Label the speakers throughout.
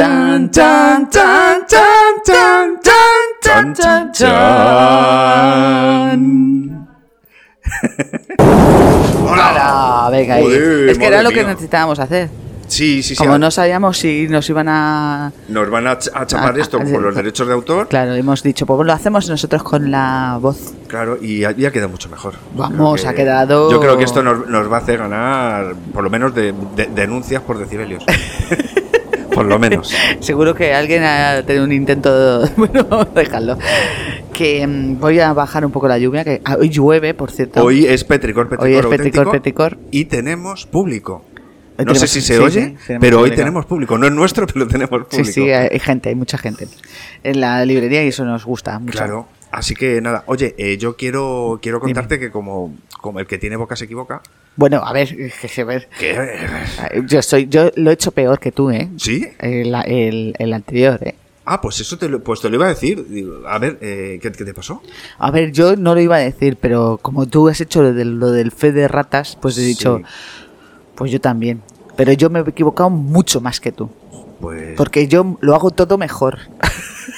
Speaker 1: Chan, chan, chan, chan, chan, chan, chan, chan, chan.
Speaker 2: ¡Hala! Venga,
Speaker 1: Ah,
Speaker 2: ahí.
Speaker 1: Joder,
Speaker 2: es que era
Speaker 1: madre
Speaker 2: lo que
Speaker 1: mía.
Speaker 2: necesitábamos hacer.
Speaker 1: Sí, sí, sí.
Speaker 2: Como no sabíamos si nos iban a.
Speaker 1: Nos van a, ch- a chapar
Speaker 2: Ah,
Speaker 1: esto
Speaker 2: ah,
Speaker 1: por
Speaker 2: sí.
Speaker 1: los derechos de autor.
Speaker 2: Claro, hemos dicho, pues lo hacemos nosotros con la voz.
Speaker 1: Claro, y ha- y ha quedado mucho mejor.
Speaker 2: Vamos,
Speaker 1: Creo
Speaker 2: ha quedado-
Speaker 1: Yo creo que esto nos, nos va a hacer ganar, por lo menos, de, de- denuncias por decibelios. por lo menos.
Speaker 2: Seguro que alguien ha tenido un intento. de- Bueno, vamos a dejarlo. Que mm, voy a bajar un poco la lluvia, que ah, hoy llueve, por cierto.
Speaker 1: Hoy es Petricor, Petricor.
Speaker 2: Hoy es
Speaker 1: auténtico,
Speaker 2: Petricor, Petricor.
Speaker 1: Y tenemos público.
Speaker 2: Hoy
Speaker 1: no sé
Speaker 2: tenemos-
Speaker 1: si se
Speaker 2: sí, sí,
Speaker 1: oye,
Speaker 2: tenemos
Speaker 1: pero hoy
Speaker 2: público.
Speaker 1: tenemos público. No es nuestro, pero tenemos
Speaker 2: Sí,
Speaker 1: público.
Speaker 2: sí, hay gente, hay mucha gente en la librería y eso nos gusta mucho.
Speaker 1: Claro. Así que nada, oye, eh, yo quiero, quiero contarte que como, como el que tiene boca se equivoca,
Speaker 2: Bueno, a ver, que se ve.
Speaker 1: que... eh,
Speaker 2: Yo, soy, yo lo he hecho peor que tú, ¿eh?
Speaker 1: ¿Sí?
Speaker 2: El, el- el anterior, ¿eh?
Speaker 1: Ah, pues eso te lo, pues te lo iba a decir. Digo, A ver, eh, ¿qué, qué te pasó?
Speaker 2: A ver, yo no lo iba a decir, pero como tú has hecho lo del, lo del fe de ratas, pues he
Speaker 1: Sí.
Speaker 2: dicho, pues yo también. Pero yo me he equivocado mucho más que tú,
Speaker 1: Pues...
Speaker 2: porque yo lo hago todo mejor.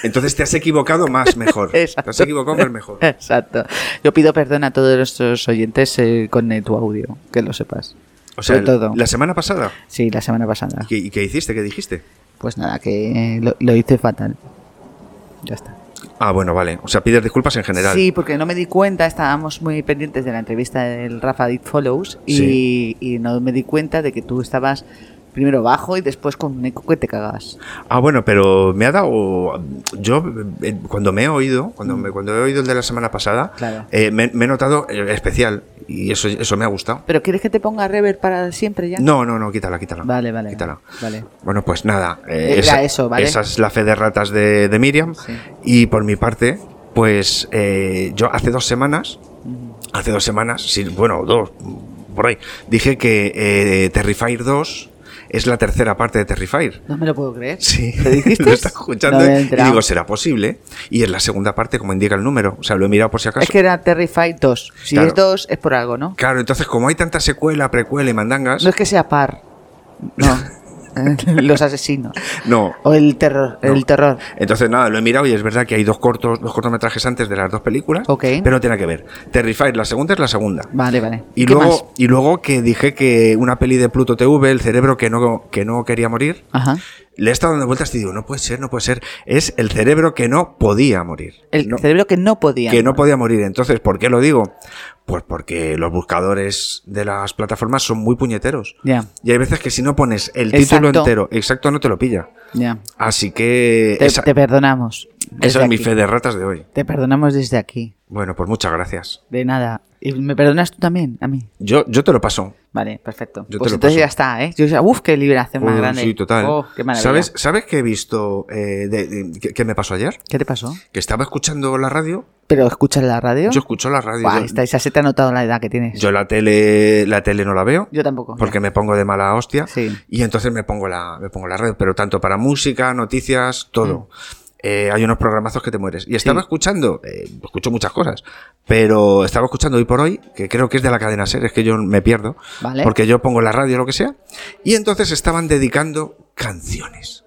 Speaker 1: Entonces te has equivocado más mejor.
Speaker 2: Exacto.
Speaker 1: Te has equivocado más mejor.
Speaker 2: Exacto. Yo pido perdón a todos nuestros oyentes eh, con eh, tu audio, que lo sepas.
Speaker 1: O sea,
Speaker 2: Sobre todo. Ah.
Speaker 1: la semana pasada.
Speaker 2: Sí, la semana pasada.
Speaker 1: ¿Y qué, y qué hiciste? ¿Qué dijiste?
Speaker 2: Pues nada, que eh, lo, lo hice fatal. Ya está.
Speaker 1: Ah, bueno, vale. O sea, pides disculpas en general.
Speaker 2: Sí, porque no me di cuenta, estábamos muy pendientes de la entrevista del Rafa Dit Follows y,
Speaker 1: Sí.
Speaker 2: y no me di cuenta de que tú estabas primero bajo y después con un eco que te cagas.
Speaker 1: Ah, bueno, pero me ha dado. Yo, eh, cuando me he oído, cuando, me, cuando he oído el de la semana pasada,
Speaker 2: Mm. Claro.
Speaker 1: eh, me, me he notado eh, especial y eso, eso me ha gustado.
Speaker 2: ¿Pero quieres que te ponga reverb para siempre ya?
Speaker 1: No, no, no, quítala, quítala.
Speaker 2: Vale, vale.
Speaker 1: Quítala.
Speaker 2: Vale.
Speaker 1: Bueno, pues nada. eh,
Speaker 2: Era eso, ¿vale?
Speaker 1: Esa es la fe de ratas de, de Miriam.
Speaker 2: Sí.
Speaker 1: Y por mi parte, pues eh, yo hace dos semanas, hace dos semanas, sí, bueno, dos, por ahí, dije que eh, Terrifier 2 es la tercera parte de Terrifier.
Speaker 2: No me lo puedo creer.
Speaker 1: Sí,
Speaker 2: ¿Lo dijiste?
Speaker 1: lo está escuchando
Speaker 2: No me he
Speaker 1: y
Speaker 2: enterado.
Speaker 1: digo, ¿será posible? Y es la segunda parte, como indica el número. O sea, lo he mirado por si acaso.
Speaker 2: Es que era Terrified 2. Si
Speaker 1: Claro.
Speaker 2: es 2 es por algo, ¿no?
Speaker 1: Claro, entonces, como hay tanta secuela, precuela y mandangas,
Speaker 2: No es que sea par. No. Eh, Los asesinos.
Speaker 1: no.
Speaker 2: O el terror.
Speaker 1: No.
Speaker 2: El terror.
Speaker 1: Entonces, nada, lo he mirado y es verdad que hay dos cortos, dos cortometrajes antes de las dos películas,
Speaker 2: Ok.
Speaker 1: pero no tiene que ver. Terrifier, la segunda es la segunda.
Speaker 2: Vale, vale.
Speaker 1: Y
Speaker 2: ¿Qué más?
Speaker 1: luego, y luego que dije que una peli de Pluto TV, el cerebro que no, que no quería morir,
Speaker 2: Ajá.
Speaker 1: le he estado dando vueltas y digo, no puede ser, no puede ser. Es el cerebro que no podía morir.
Speaker 2: El
Speaker 1: No-
Speaker 2: cerebro que no podía.
Speaker 1: que no podía morir. Entonces, ¿por qué lo digo? Pues porque los buscadores de las plataformas son muy puñeteros.
Speaker 2: Ya,
Speaker 1: Y hay veces que si no pones el
Speaker 2: Exacto.
Speaker 1: título entero exacto, no te lo pilla.
Speaker 2: ya.
Speaker 1: Así que
Speaker 2: Te,
Speaker 1: esa,
Speaker 2: te perdonamos.
Speaker 1: esa
Speaker 2: desde
Speaker 1: es mi
Speaker 2: aquí.
Speaker 1: fe de ratas de hoy.
Speaker 2: Te perdonamos desde aquí.
Speaker 1: Bueno, pues muchas gracias.
Speaker 2: De nada. ¿Y me perdonas tú también? A mí.
Speaker 1: Yo, yo te lo paso.
Speaker 2: Vale, perfecto.
Speaker 1: Yo te
Speaker 2: pues
Speaker 1: lo
Speaker 2: entonces
Speaker 1: paso.
Speaker 2: ya está, ¿eh? Yo ya, uf, qué liberación más
Speaker 1: Oh,
Speaker 2: grande.
Speaker 1: Sí, total.
Speaker 2: Oh, qué maravilla.
Speaker 1: ¿Sabes, ¿Sabes qué he visto? eh, de- de- ¿qué, qué me pasó ayer?
Speaker 2: ¿Qué te pasó?
Speaker 1: Que estaba escuchando la radio.
Speaker 2: ¿Pero escuchas la radio?
Speaker 1: Yo escucho la radio.
Speaker 2: Buah,
Speaker 1: yo,
Speaker 2: esta- esa se te ha notado la edad que tienes.
Speaker 1: yo la tele la tele no la veo.
Speaker 2: Yo tampoco.
Speaker 1: porque me pongo de mala hostia
Speaker 2: Sí.
Speaker 1: y entonces me pongo la me pongo la red pero tanto para música noticias todo Eh, hay unos programazos que te mueres y estaba
Speaker 2: Mm. Sí.
Speaker 1: escuchando eh, escucho muchas cosas pero estaba escuchando hoy por hoy que creo que es de la cadena ser es que yo me pierdo
Speaker 2: Vale.
Speaker 1: porque yo pongo la radio o lo que sea y entonces estaban dedicando canciones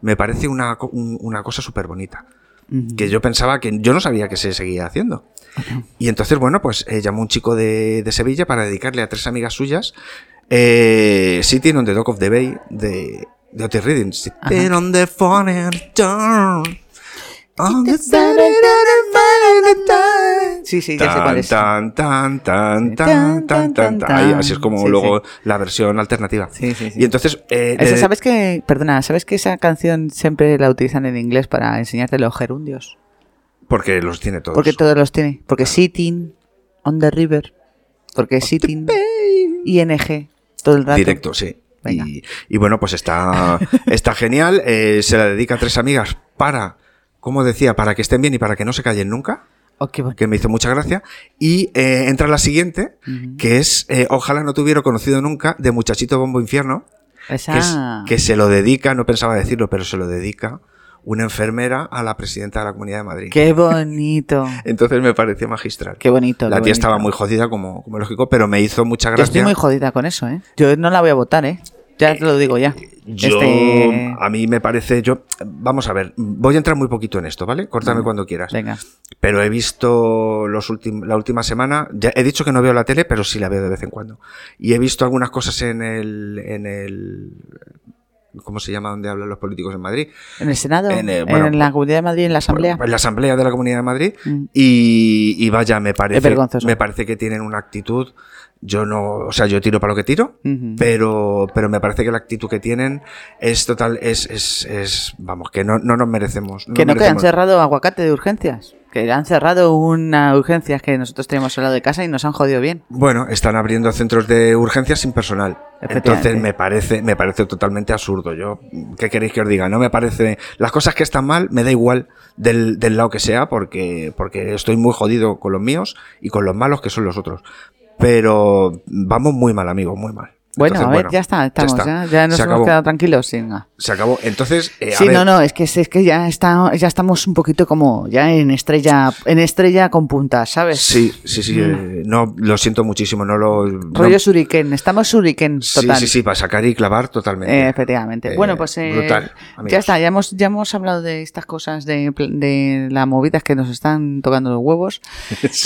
Speaker 1: me parece una, co- un- una cosa súper bonita
Speaker 2: Ujú.
Speaker 1: que yo pensaba que yo no sabía que se seguía haciendo. Y entonces, bueno, pues eh, llamó un chico de, de Sevilla para dedicarle a tres amigas suyas eh, Sitting on the Dock of the Bay de, de Otis Reading. Sitting on the falling down. On the Saturday night.
Speaker 2: Sí, sí, ya sé cuál es.
Speaker 1: Tan, tan, tan,
Speaker 2: Sí.
Speaker 1: tan, tan, tan, tan. Ahí, así es como
Speaker 2: Sí,
Speaker 1: luego la versión alternativa.
Speaker 2: Sí, sí, sí.
Speaker 1: Y entonces... eh,
Speaker 2: Esa,
Speaker 1: le-
Speaker 2: ¿Sabes que, perdona, ¿sabes que esa canción siempre la utilizan en inglés para enseñarte los gerundios?
Speaker 1: Porque los tiene todos.
Speaker 2: Porque todos los tiene. Porque sitting on the river. Porque sitting ING todo el rato.
Speaker 1: Directo, sí.
Speaker 2: Venga.
Speaker 1: Y, y bueno, pues está, está genial. eh, se la dedica a tres amigas para, como decía, para que estén bien y para que no se callen nunca,
Speaker 2: Oh, qué bonito.
Speaker 1: que me hizo mucha gracia. Y eh, entra la siguiente,
Speaker 2: Ujú.
Speaker 1: que es eh, Ojalá no te hubiera conocido nunca, de Muchachito Bombo Infierno, que, es-
Speaker 2: Esa-
Speaker 1: que se lo dedica, no pensaba decirlo, pero se lo dedica una enfermera a la presidenta de la Comunidad de Madrid.
Speaker 2: Qué bonito.
Speaker 1: Entonces me pareció magistral.
Speaker 2: Qué bonito.
Speaker 1: la
Speaker 2: qué
Speaker 1: tía
Speaker 2: bonito.
Speaker 1: estaba muy jodida, como, como lógico, pero me hizo mucha
Speaker 2: Yo
Speaker 1: gracia.
Speaker 2: estoy muy jodida con eso, ¿eh? Yo no la voy a votar, ¿eh? Ya te lo digo, ya.
Speaker 1: Yo,
Speaker 2: Este-
Speaker 1: a mí me parece, yo, vamos a ver, voy a entrar muy poquito en esto, ¿vale? Córtame cuando quieras.
Speaker 2: Venga.
Speaker 1: Pero he visto los ultim- la última semana, ya he dicho que no veo la tele, pero sí la veo de vez en cuando. Y he visto algunas cosas en el, en el, ¿cómo se llama? Donde hablan los políticos en Madrid.
Speaker 2: ¿En el Senado?
Speaker 1: En
Speaker 2: En,
Speaker 1: el- bueno,
Speaker 2: la Comunidad de Madrid, en la Asamblea.
Speaker 1: En la Asamblea de la Comunidad de Madrid.
Speaker 2: Mm.
Speaker 1: Y, y vaya, me parece,
Speaker 2: vergonzoso.
Speaker 1: me parece que tienen una actitud, yo no, o sea, yo tiro para lo que tiro,
Speaker 2: Mm, Ujú.
Speaker 1: pero, pero me parece que la actitud que tienen es total, es, es, es vamos, que no, no nos merecemos.
Speaker 2: Que no, que han
Speaker 1: merecemos.
Speaker 2: cerrado aguacate de urgencias. Que han cerrado una urgencia que nosotros teníamos al lado de casa y nos han jodido bien.
Speaker 1: Bueno, están abriendo centros de urgencias sin personal.
Speaker 2: Efectivamente.
Speaker 1: Entonces me parece, me parece totalmente absurdo. Yo, ¿qué queréis que os diga? No me parece. Las cosas que están mal, me da igual del, del lado que sea, porque, porque estoy muy jodido con los míos y con los malos que son los otros. Pero vamos muy mal, amigo, muy mal.
Speaker 2: Bueno,
Speaker 1: Entonces,
Speaker 2: a ver, ya está, estamos, ya,
Speaker 1: está.
Speaker 2: ya nos
Speaker 1: se
Speaker 2: hemos
Speaker 1: acabó.
Speaker 2: quedado tranquilos. sí, venga.
Speaker 1: Se acabó. Entonces, eh, a
Speaker 2: sí,
Speaker 1: ver,
Speaker 2: no, no, es que, es que ya, está, ya estamos un poquito como ya en estrella, en estrella con puntas, ¿sabes?
Speaker 1: Sí, sí, sí. eh, no, lo siento muchísimo. No lo. no-
Speaker 2: mm. Rollo suriken, estamos suriken
Speaker 1: sí,
Speaker 2: total.
Speaker 1: sí, sí, para sacar y clavar totalmente.
Speaker 2: Eh, efectivamente.
Speaker 1: Eh,
Speaker 2: bueno, pues eh,
Speaker 1: brutal,
Speaker 2: ya
Speaker 1: amigos.
Speaker 2: está, ya hemos, ya hemos hablado de estas cosas, de, pl- de las movidas que nos están tocando los huevos.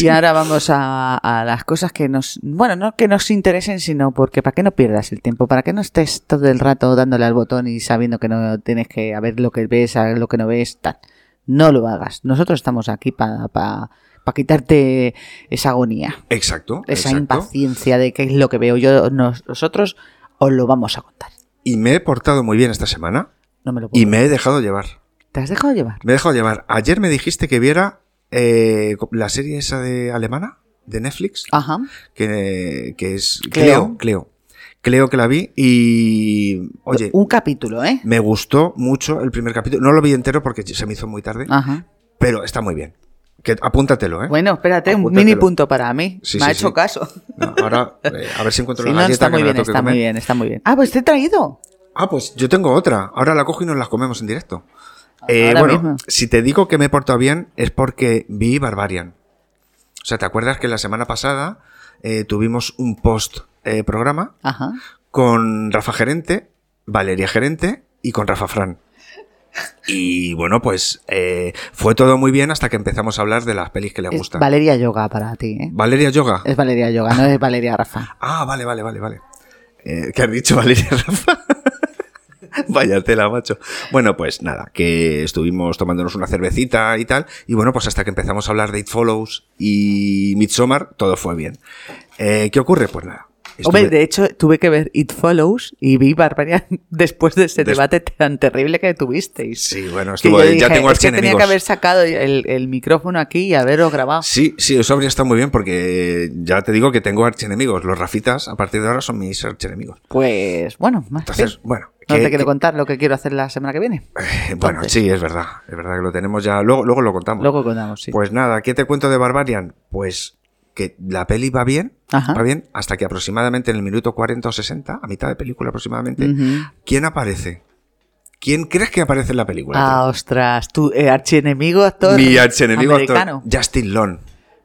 Speaker 2: Y ahora vamos a, a las cosas que nos, bueno, no que nos interesen, sino porque para que no pierdas el tiempo, para que no estés todo el rato dándole al botón y sabiendo que no tienes que a ver lo que ves, a ver lo que no ves, tal. No lo hagas. Nosotros estamos aquí para quitarte esa agonía,
Speaker 1: Exacto.
Speaker 2: esa
Speaker 1: exacto.
Speaker 2: impaciencia de qué es lo que veo. Yo, nos- nosotros os lo vamos a contar.
Speaker 1: Y me he portado muy bien esta semana
Speaker 2: No me lo puedo
Speaker 1: y me he dejado llevar.
Speaker 2: ¿Te has dejado llevar?
Speaker 1: Me he dejado llevar. Ayer me dijiste que viera eh, la serie esa de alemana de Netflix,
Speaker 2: Ajá.
Speaker 1: que, que es
Speaker 2: Ah. Cleo.
Speaker 1: Cleo, Cleo. Cleo que la vi y oye,
Speaker 2: Un capítulo, ¿eh?
Speaker 1: me gustó mucho el primer capítulo. No lo vi entero porque se me hizo muy tarde,
Speaker 2: Ajá.
Speaker 1: pero está muy bien. Que apúntatelo, ¿eh?
Speaker 2: Ah. Bueno, espérate, un
Speaker 1: Apúntatelo.
Speaker 2: mini punto para mí.
Speaker 1: Sí,
Speaker 2: me
Speaker 1: sí,
Speaker 2: ha hecho
Speaker 1: sí.
Speaker 2: caso.
Speaker 1: No, ahora eh, a ver si encuentro
Speaker 2: Sí,
Speaker 1: la
Speaker 2: no,
Speaker 1: galleta
Speaker 2: está
Speaker 1: que
Speaker 2: muy
Speaker 1: me la
Speaker 2: bien,
Speaker 1: tengo que
Speaker 2: está muy
Speaker 1: comer.
Speaker 2: bien, está muy bien. Ah, pues te he traído.
Speaker 1: Ah, pues yo tengo otra. Ahora la cojo y nos las comemos en directo. Eh,
Speaker 2: Ahora
Speaker 1: bueno,
Speaker 2: mismo.
Speaker 1: si te digo que me he portado bien es porque vi Barbarian. O sea, ¿te acuerdas que la semana pasada eh, tuvimos un post eh, programa
Speaker 2: Ajá.
Speaker 1: con Rafa Gerente, Valeria Gerente y con Rafa Fran? Y bueno, pues eh, fue todo muy bien hasta que empezamos a hablar de las pelis que le
Speaker 2: Es
Speaker 1: gustan.
Speaker 2: Valeria Yoga para ti, ¿eh?
Speaker 1: Valeria Yoga.
Speaker 2: Es Valeria Yoga, no es Valeria Rafa.
Speaker 1: Ah, vale, vale, vale, vale. Eh, ¿Qué has dicho, Valeria Rafa? Vaya tela, macho. Bueno, pues nada, que estuvimos tomándonos una cervecita y tal. Y bueno, pues hasta que empezamos a hablar de It Follows y Midsommar, todo fue bien. Eh, ¿Qué ocurre? Pues nada.
Speaker 2: Hombre,
Speaker 1: estuve-
Speaker 2: de hecho, tuve que ver It Follows y vi Barbarian después de ese
Speaker 1: Des-
Speaker 2: debate tan terrible que tuvisteis.
Speaker 1: Sí, bueno,
Speaker 2: Que
Speaker 1: estuvo,
Speaker 2: yo
Speaker 1: de, ya
Speaker 2: dije,
Speaker 1: tengo
Speaker 2: es que tenía que
Speaker 1: archienemigos".
Speaker 2: haber sacado el, el micrófono aquí y haberos grabado.
Speaker 1: Sí, sí, eso habría estado muy bien porque ya te digo que tengo archienemigos. Los Rafitas, a partir de ahora, son mis archienemigos.
Speaker 2: Pues, bueno, más
Speaker 1: Entonces,
Speaker 2: bien.
Speaker 1: bueno.
Speaker 2: No
Speaker 1: que-
Speaker 2: te quiero
Speaker 1: que-
Speaker 2: contar lo que quiero hacer la semana que viene.
Speaker 1: Bueno,
Speaker 2: entonces.
Speaker 1: sí, es verdad. Es verdad que lo tenemos ya. Luego, luego lo contamos.
Speaker 2: Luego contamos, sí.
Speaker 1: Pues nada, ¿qué te cuento de Barbarian? Pues que la peli va bien,
Speaker 2: Ajá.
Speaker 1: va bien, hasta que aproximadamente en el minuto 40 o 60, a mitad de película aproximadamente,
Speaker 2: Ujú.
Speaker 1: ¿quién aparece? ¿Quién crees que aparece en la película?
Speaker 2: Ah, ostras, tu eh, archienemigo actor.
Speaker 1: Mi archienemigo actor,
Speaker 2: americano.
Speaker 1: Justin Long.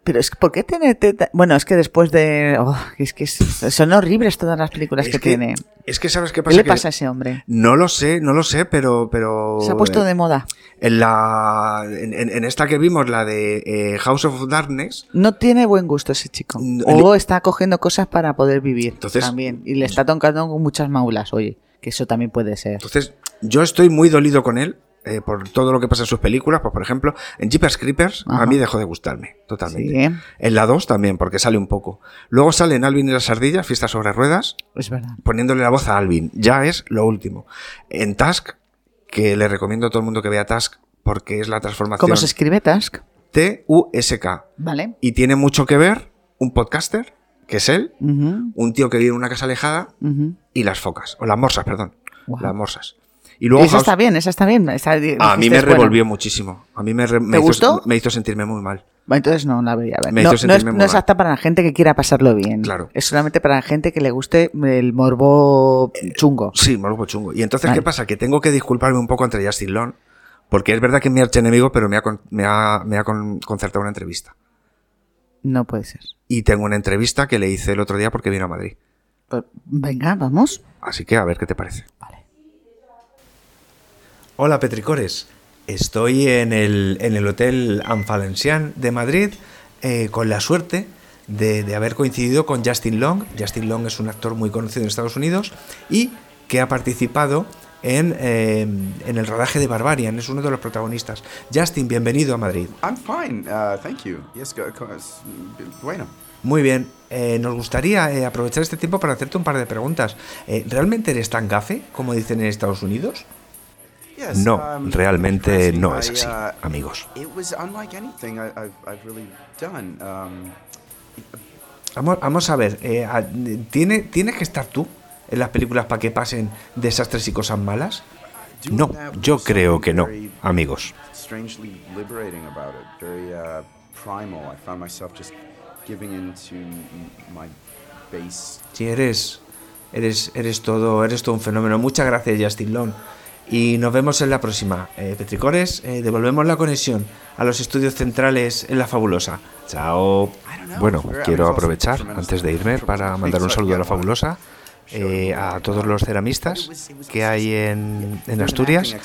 Speaker 2: Pero es que, ¿por qué tiene.? teta- Bueno, es que después de. oh, es que es- son horribles todas las películas que, tiene.
Speaker 1: es que sabes qué
Speaker 2: ¿Qué
Speaker 1: pasa.
Speaker 2: le
Speaker 1: Que-
Speaker 2: pasa a ese hombre?
Speaker 1: No lo sé, no lo sé, pero. pero
Speaker 2: Se ha puesto de moda.
Speaker 1: En, la, en, en- en esta que vimos, la de eh, House of Darkness,
Speaker 2: No tiene buen gusto ese chico.
Speaker 1: No,
Speaker 2: O está cogiendo cosas para poder vivir.
Speaker 1: Entonces-
Speaker 2: también. Y le está tocando con muchas maulas, oye. Que eso también puede ser.
Speaker 1: Entonces, yo estoy muy dolido con él eh, por todo lo que pasa en sus películas. Pues, por ejemplo, en Jeepers Creepers
Speaker 2: Ajá.
Speaker 1: a mí dejó de gustarme
Speaker 2: Sí,
Speaker 1: totalmente.
Speaker 2: ¿eh?
Speaker 1: En la 2 también, porque sale un poco. Luego sale en Alvin y las ardillas, Fiesta sobre ruedas,
Speaker 2: Es verdad.
Speaker 1: poniéndole la voz a Alvin. Ya es lo último. En Task, que le recomiendo a todo el mundo que vea Task, porque es la
Speaker 2: ¿Cómo
Speaker 1: transformación
Speaker 2: se escribe Task?
Speaker 1: T-U-S-K.
Speaker 2: ¿Vale?
Speaker 1: Y tiene mucho que ver un podcaster, que es él,
Speaker 2: Ujú,
Speaker 1: un tío que vive en una casa alejada,
Speaker 2: ujú.
Speaker 1: y las focas, o las morsas, perdón.
Speaker 2: Guau.
Speaker 1: Las morsas. Y luego
Speaker 2: Esa
Speaker 1: House-
Speaker 2: está bien, esa está bien. esa-
Speaker 1: A mí
Speaker 2: dijiste,
Speaker 1: me
Speaker 2: bueno.
Speaker 1: revolvió muchísimo. A mí me, re- me
Speaker 2: ¿Te
Speaker 1: hizo,
Speaker 2: gustó?
Speaker 1: me hizo sentirme muy mal.
Speaker 2: Bueno, entonces no la voy a ver.
Speaker 1: Me
Speaker 2: no,
Speaker 1: hizo
Speaker 2: no es,
Speaker 1: sentirme muy
Speaker 2: no es
Speaker 1: mal.
Speaker 2: apta para la gente que quiera pasarlo bien.
Speaker 1: Claro.
Speaker 2: Es solamente para la gente que le guste el morbo chungo.
Speaker 1: Sí, me algo chungo. Y entonces,
Speaker 2: Vale.
Speaker 1: ¿qué pasa? Que tengo que disculparme un poco ante Justin Long, porque es verdad que es mi archienemigo, pero me ha, con- me ha- me ha con- concertado una entrevista.
Speaker 2: No puede ser.
Speaker 1: Y tengo una entrevista que le hice el otro día porque vino a Madrid.
Speaker 2: Pues venga, vamos.
Speaker 1: Así que a ver qué te parece.
Speaker 2: Vale.
Speaker 1: Hola Petricores, estoy en el, en el Hotel Anfalencian de Madrid eh, con la suerte de, de haber coincidido con Justin Long. Justin Long es un actor muy conocido en Estados Unidos y que ha participado en, eh, en el rodaje de Barbarian, es uno de los protagonistas. Justin, bienvenido a Madrid.
Speaker 3: I'm fine, uh, thank you. Yes, go, go- s- bueno.
Speaker 1: Muy bien, eh, nos gustaría eh, aprovechar este tiempo para hacerte un par de preguntas. Eh, ¿Realmente eres tan gafe como dicen en Estados Unidos?
Speaker 3: Yes,
Speaker 1: No,
Speaker 3: um,
Speaker 1: realmente
Speaker 3: actually,
Speaker 1: no es
Speaker 3: I,
Speaker 1: así,
Speaker 3: uh,
Speaker 1: amigos.
Speaker 3: It was unlike anything I, I've, I've really done. Um,
Speaker 1: Vamos, vamos a ver, eh, a- ¿tiene, ¿tienes que estar tú en las películas para que pasen desastres y cosas malas? No, yo creo que no, amigos.
Speaker 3: strangely liberating about it, very uh, primal. I found myself just giving into m- my base.
Speaker 1: Si eres, eres, eres todo, eres todo un fenómeno. Muchas gracias, Justin Long. Y nos vemos en la próxima. Eh, Petricores, eh, devolvemos la conexión a los estudios centrales en La Fabulosa. Chao. Bueno, quiero aprovechar antes de irme para mandar un saludo a La Fabulosa. eh, a todos los ceramistas que hay en, en Asturias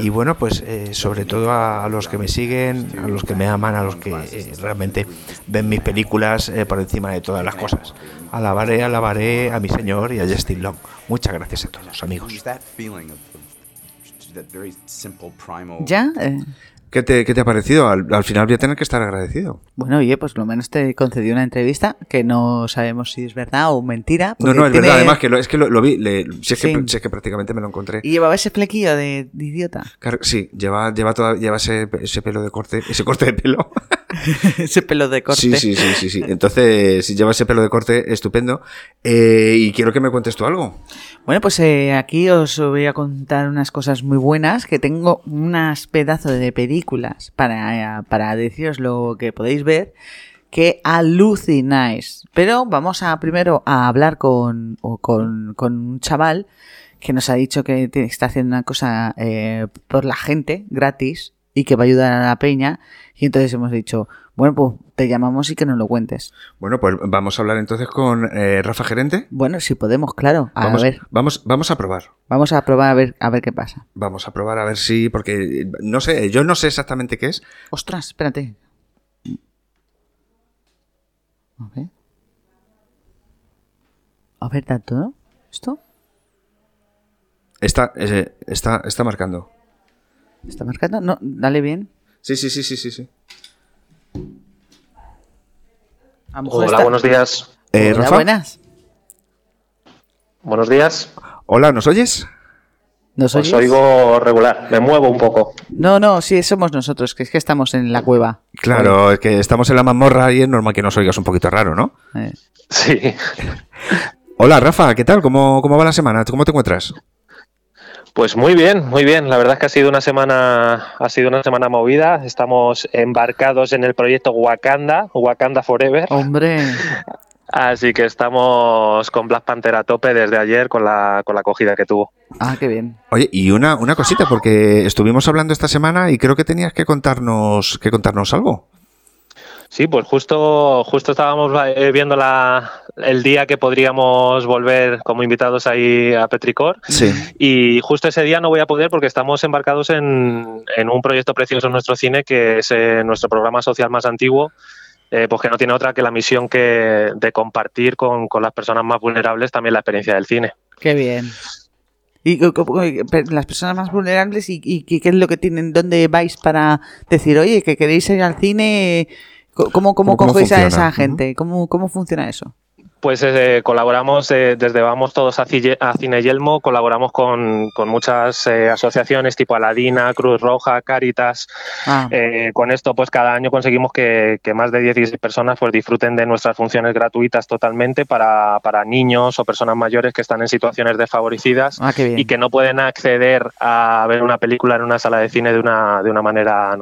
Speaker 1: y bueno pues eh, sobre todo a, a los que me siguen a los que me aman a los que eh, realmente ven mis películas eh, por encima de todas las cosas Alabaré, alabaré a mi señor y a Justin Long. Muchas gracias a todos,
Speaker 3: It was
Speaker 1: amigos.
Speaker 3: that feeling of, of that very simple primal.
Speaker 2: ¿Ya? eh,
Speaker 1: ¿Qué te, qué te ha parecido? Al, al final voy a tener que estar agradecido.
Speaker 2: bueno, oye, pues lo menos te concedí una entrevista que no sabemos si es verdad o mentira.
Speaker 1: No,
Speaker 2: porque
Speaker 1: no, es
Speaker 2: tiene-
Speaker 1: verdad, además que lo, es que lo, lo vi, le- si, es que,
Speaker 2: Sí.
Speaker 1: si es que prácticamente me lo encontré.
Speaker 2: Y llevaba ese flequillo de, de idiota.
Speaker 1: Car- Sí, lleva, lleva, toda- lleva ese, ese pelo de corte, ese corte de pelo.
Speaker 2: ese pelo de corte.
Speaker 1: Sí, sí, sí, sí, sí. Entonces, si lleva ese pelo de corte, estupendo. Eh, y quiero que me cuentes tú algo.
Speaker 2: Bueno, pues eh, aquí os voy a contar unas cosas muy buenas, que tengo unas pedazos de películas para, eh, para deciros lo que podéis ver, que alucináis. Pero vamos a primero a hablar con, o con, con un chaval que nos ha dicho que te- está haciendo una cosa eh, por la gente, gratis, y que va a ayudar a la peña. Y entonces hemos dicho, bueno, pues te llamamos y que nos lo cuentes.
Speaker 1: Bueno, pues vamos a hablar entonces con eh, Rafa Gerente.
Speaker 2: Bueno, si podemos, claro. A
Speaker 1: Vamos,
Speaker 2: ver,
Speaker 1: Vamos, vamos a probar.
Speaker 2: vamos a probar a ver, a ver qué pasa.
Speaker 1: Vamos a probar a ver si, porque eh, no sé, yo no sé exactamente qué es.
Speaker 2: Ostras, espérate. A ver. A ver, tanto, ¿no? ¿Esto?
Speaker 1: Está, eh, está, está marcando.
Speaker 2: ¿Está marcando? No, dale bien.
Speaker 1: Sí, sí, sí, sí, sí, sí.
Speaker 2: A lo mejor
Speaker 4: Hola,
Speaker 2: está-
Speaker 4: buenos días.
Speaker 1: Eh,
Speaker 2: Hola,
Speaker 1: Rafa,
Speaker 2: buenas.
Speaker 4: Buenos días.
Speaker 1: hola, ¿nos oyes?
Speaker 2: ¿Nos
Speaker 4: Os
Speaker 2: oyes?
Speaker 4: oigo regular, me muevo un poco.
Speaker 2: No, no, sí, somos nosotros, que es que estamos en la cueva.
Speaker 1: Claro, es que estamos en la mazmorra y es normal que nos oigas un poquito raro, ¿no?
Speaker 2: Eh,
Speaker 4: Sí,
Speaker 1: Hola, Rafa, ¿qué tal? ¿Cómo, cómo va la semana? ¿Cómo te encuentras?
Speaker 4: pues muy bien, muy bien. La verdad es que ha sido una semana, ha sido una semana movida. Estamos embarcados en el proyecto Wakanda, Wakanda Forever.
Speaker 2: hombre,
Speaker 4: Así que estamos con Black Panther a tope desde ayer con la, con la acogida que tuvo.
Speaker 2: ah, qué bien.
Speaker 1: Oye, y una, una cosita, porque estuvimos hablando esta semana y creo que tenías que contarnos, que contarnos algo.
Speaker 4: Sí, pues justo, justo estábamos eh, viendo la, el día que podríamos volver como invitados ahí a Petricor.
Speaker 1: Sí.
Speaker 4: Y justo ese día no voy a poder porque estamos embarcados en, en un proyecto precioso en nuestro cine, que es eh, nuestro programa social más antiguo, eh, pues que no tiene otra que la misión que, de compartir con, con las personas más vulnerables también la experiencia del cine.
Speaker 2: Qué bien. Y co- co- co- per- las personas más vulnerables y, y- y qué es lo que tienen, dónde vais para decir, oye, que queréis ir al cine, co- ¿cómo, cómo,
Speaker 1: ¿Cómo- cómo
Speaker 2: cogéis a
Speaker 1: funciona?
Speaker 2: esa
Speaker 1: Ujú.
Speaker 2: gente? ¿Cómo, ¿Cómo funciona eso?
Speaker 4: Pues eh, colaboramos eh, desde Vamos Todos a, Cille- a Cine Yelmo, colaboramos con, con muchas eh, asociaciones tipo Aladina, Cruz Roja, Caritas,
Speaker 2: Ah,
Speaker 4: Eh, con esto, pues cada año conseguimos que, que más de 16 personas pues, disfruten de nuestras funciones gratuitas totalmente para, para niños o personas mayores que están en situaciones desfavorecidas
Speaker 2: ah, qué bien.
Speaker 4: y que no pueden acceder a ver una película en una sala de cine de una, de una manera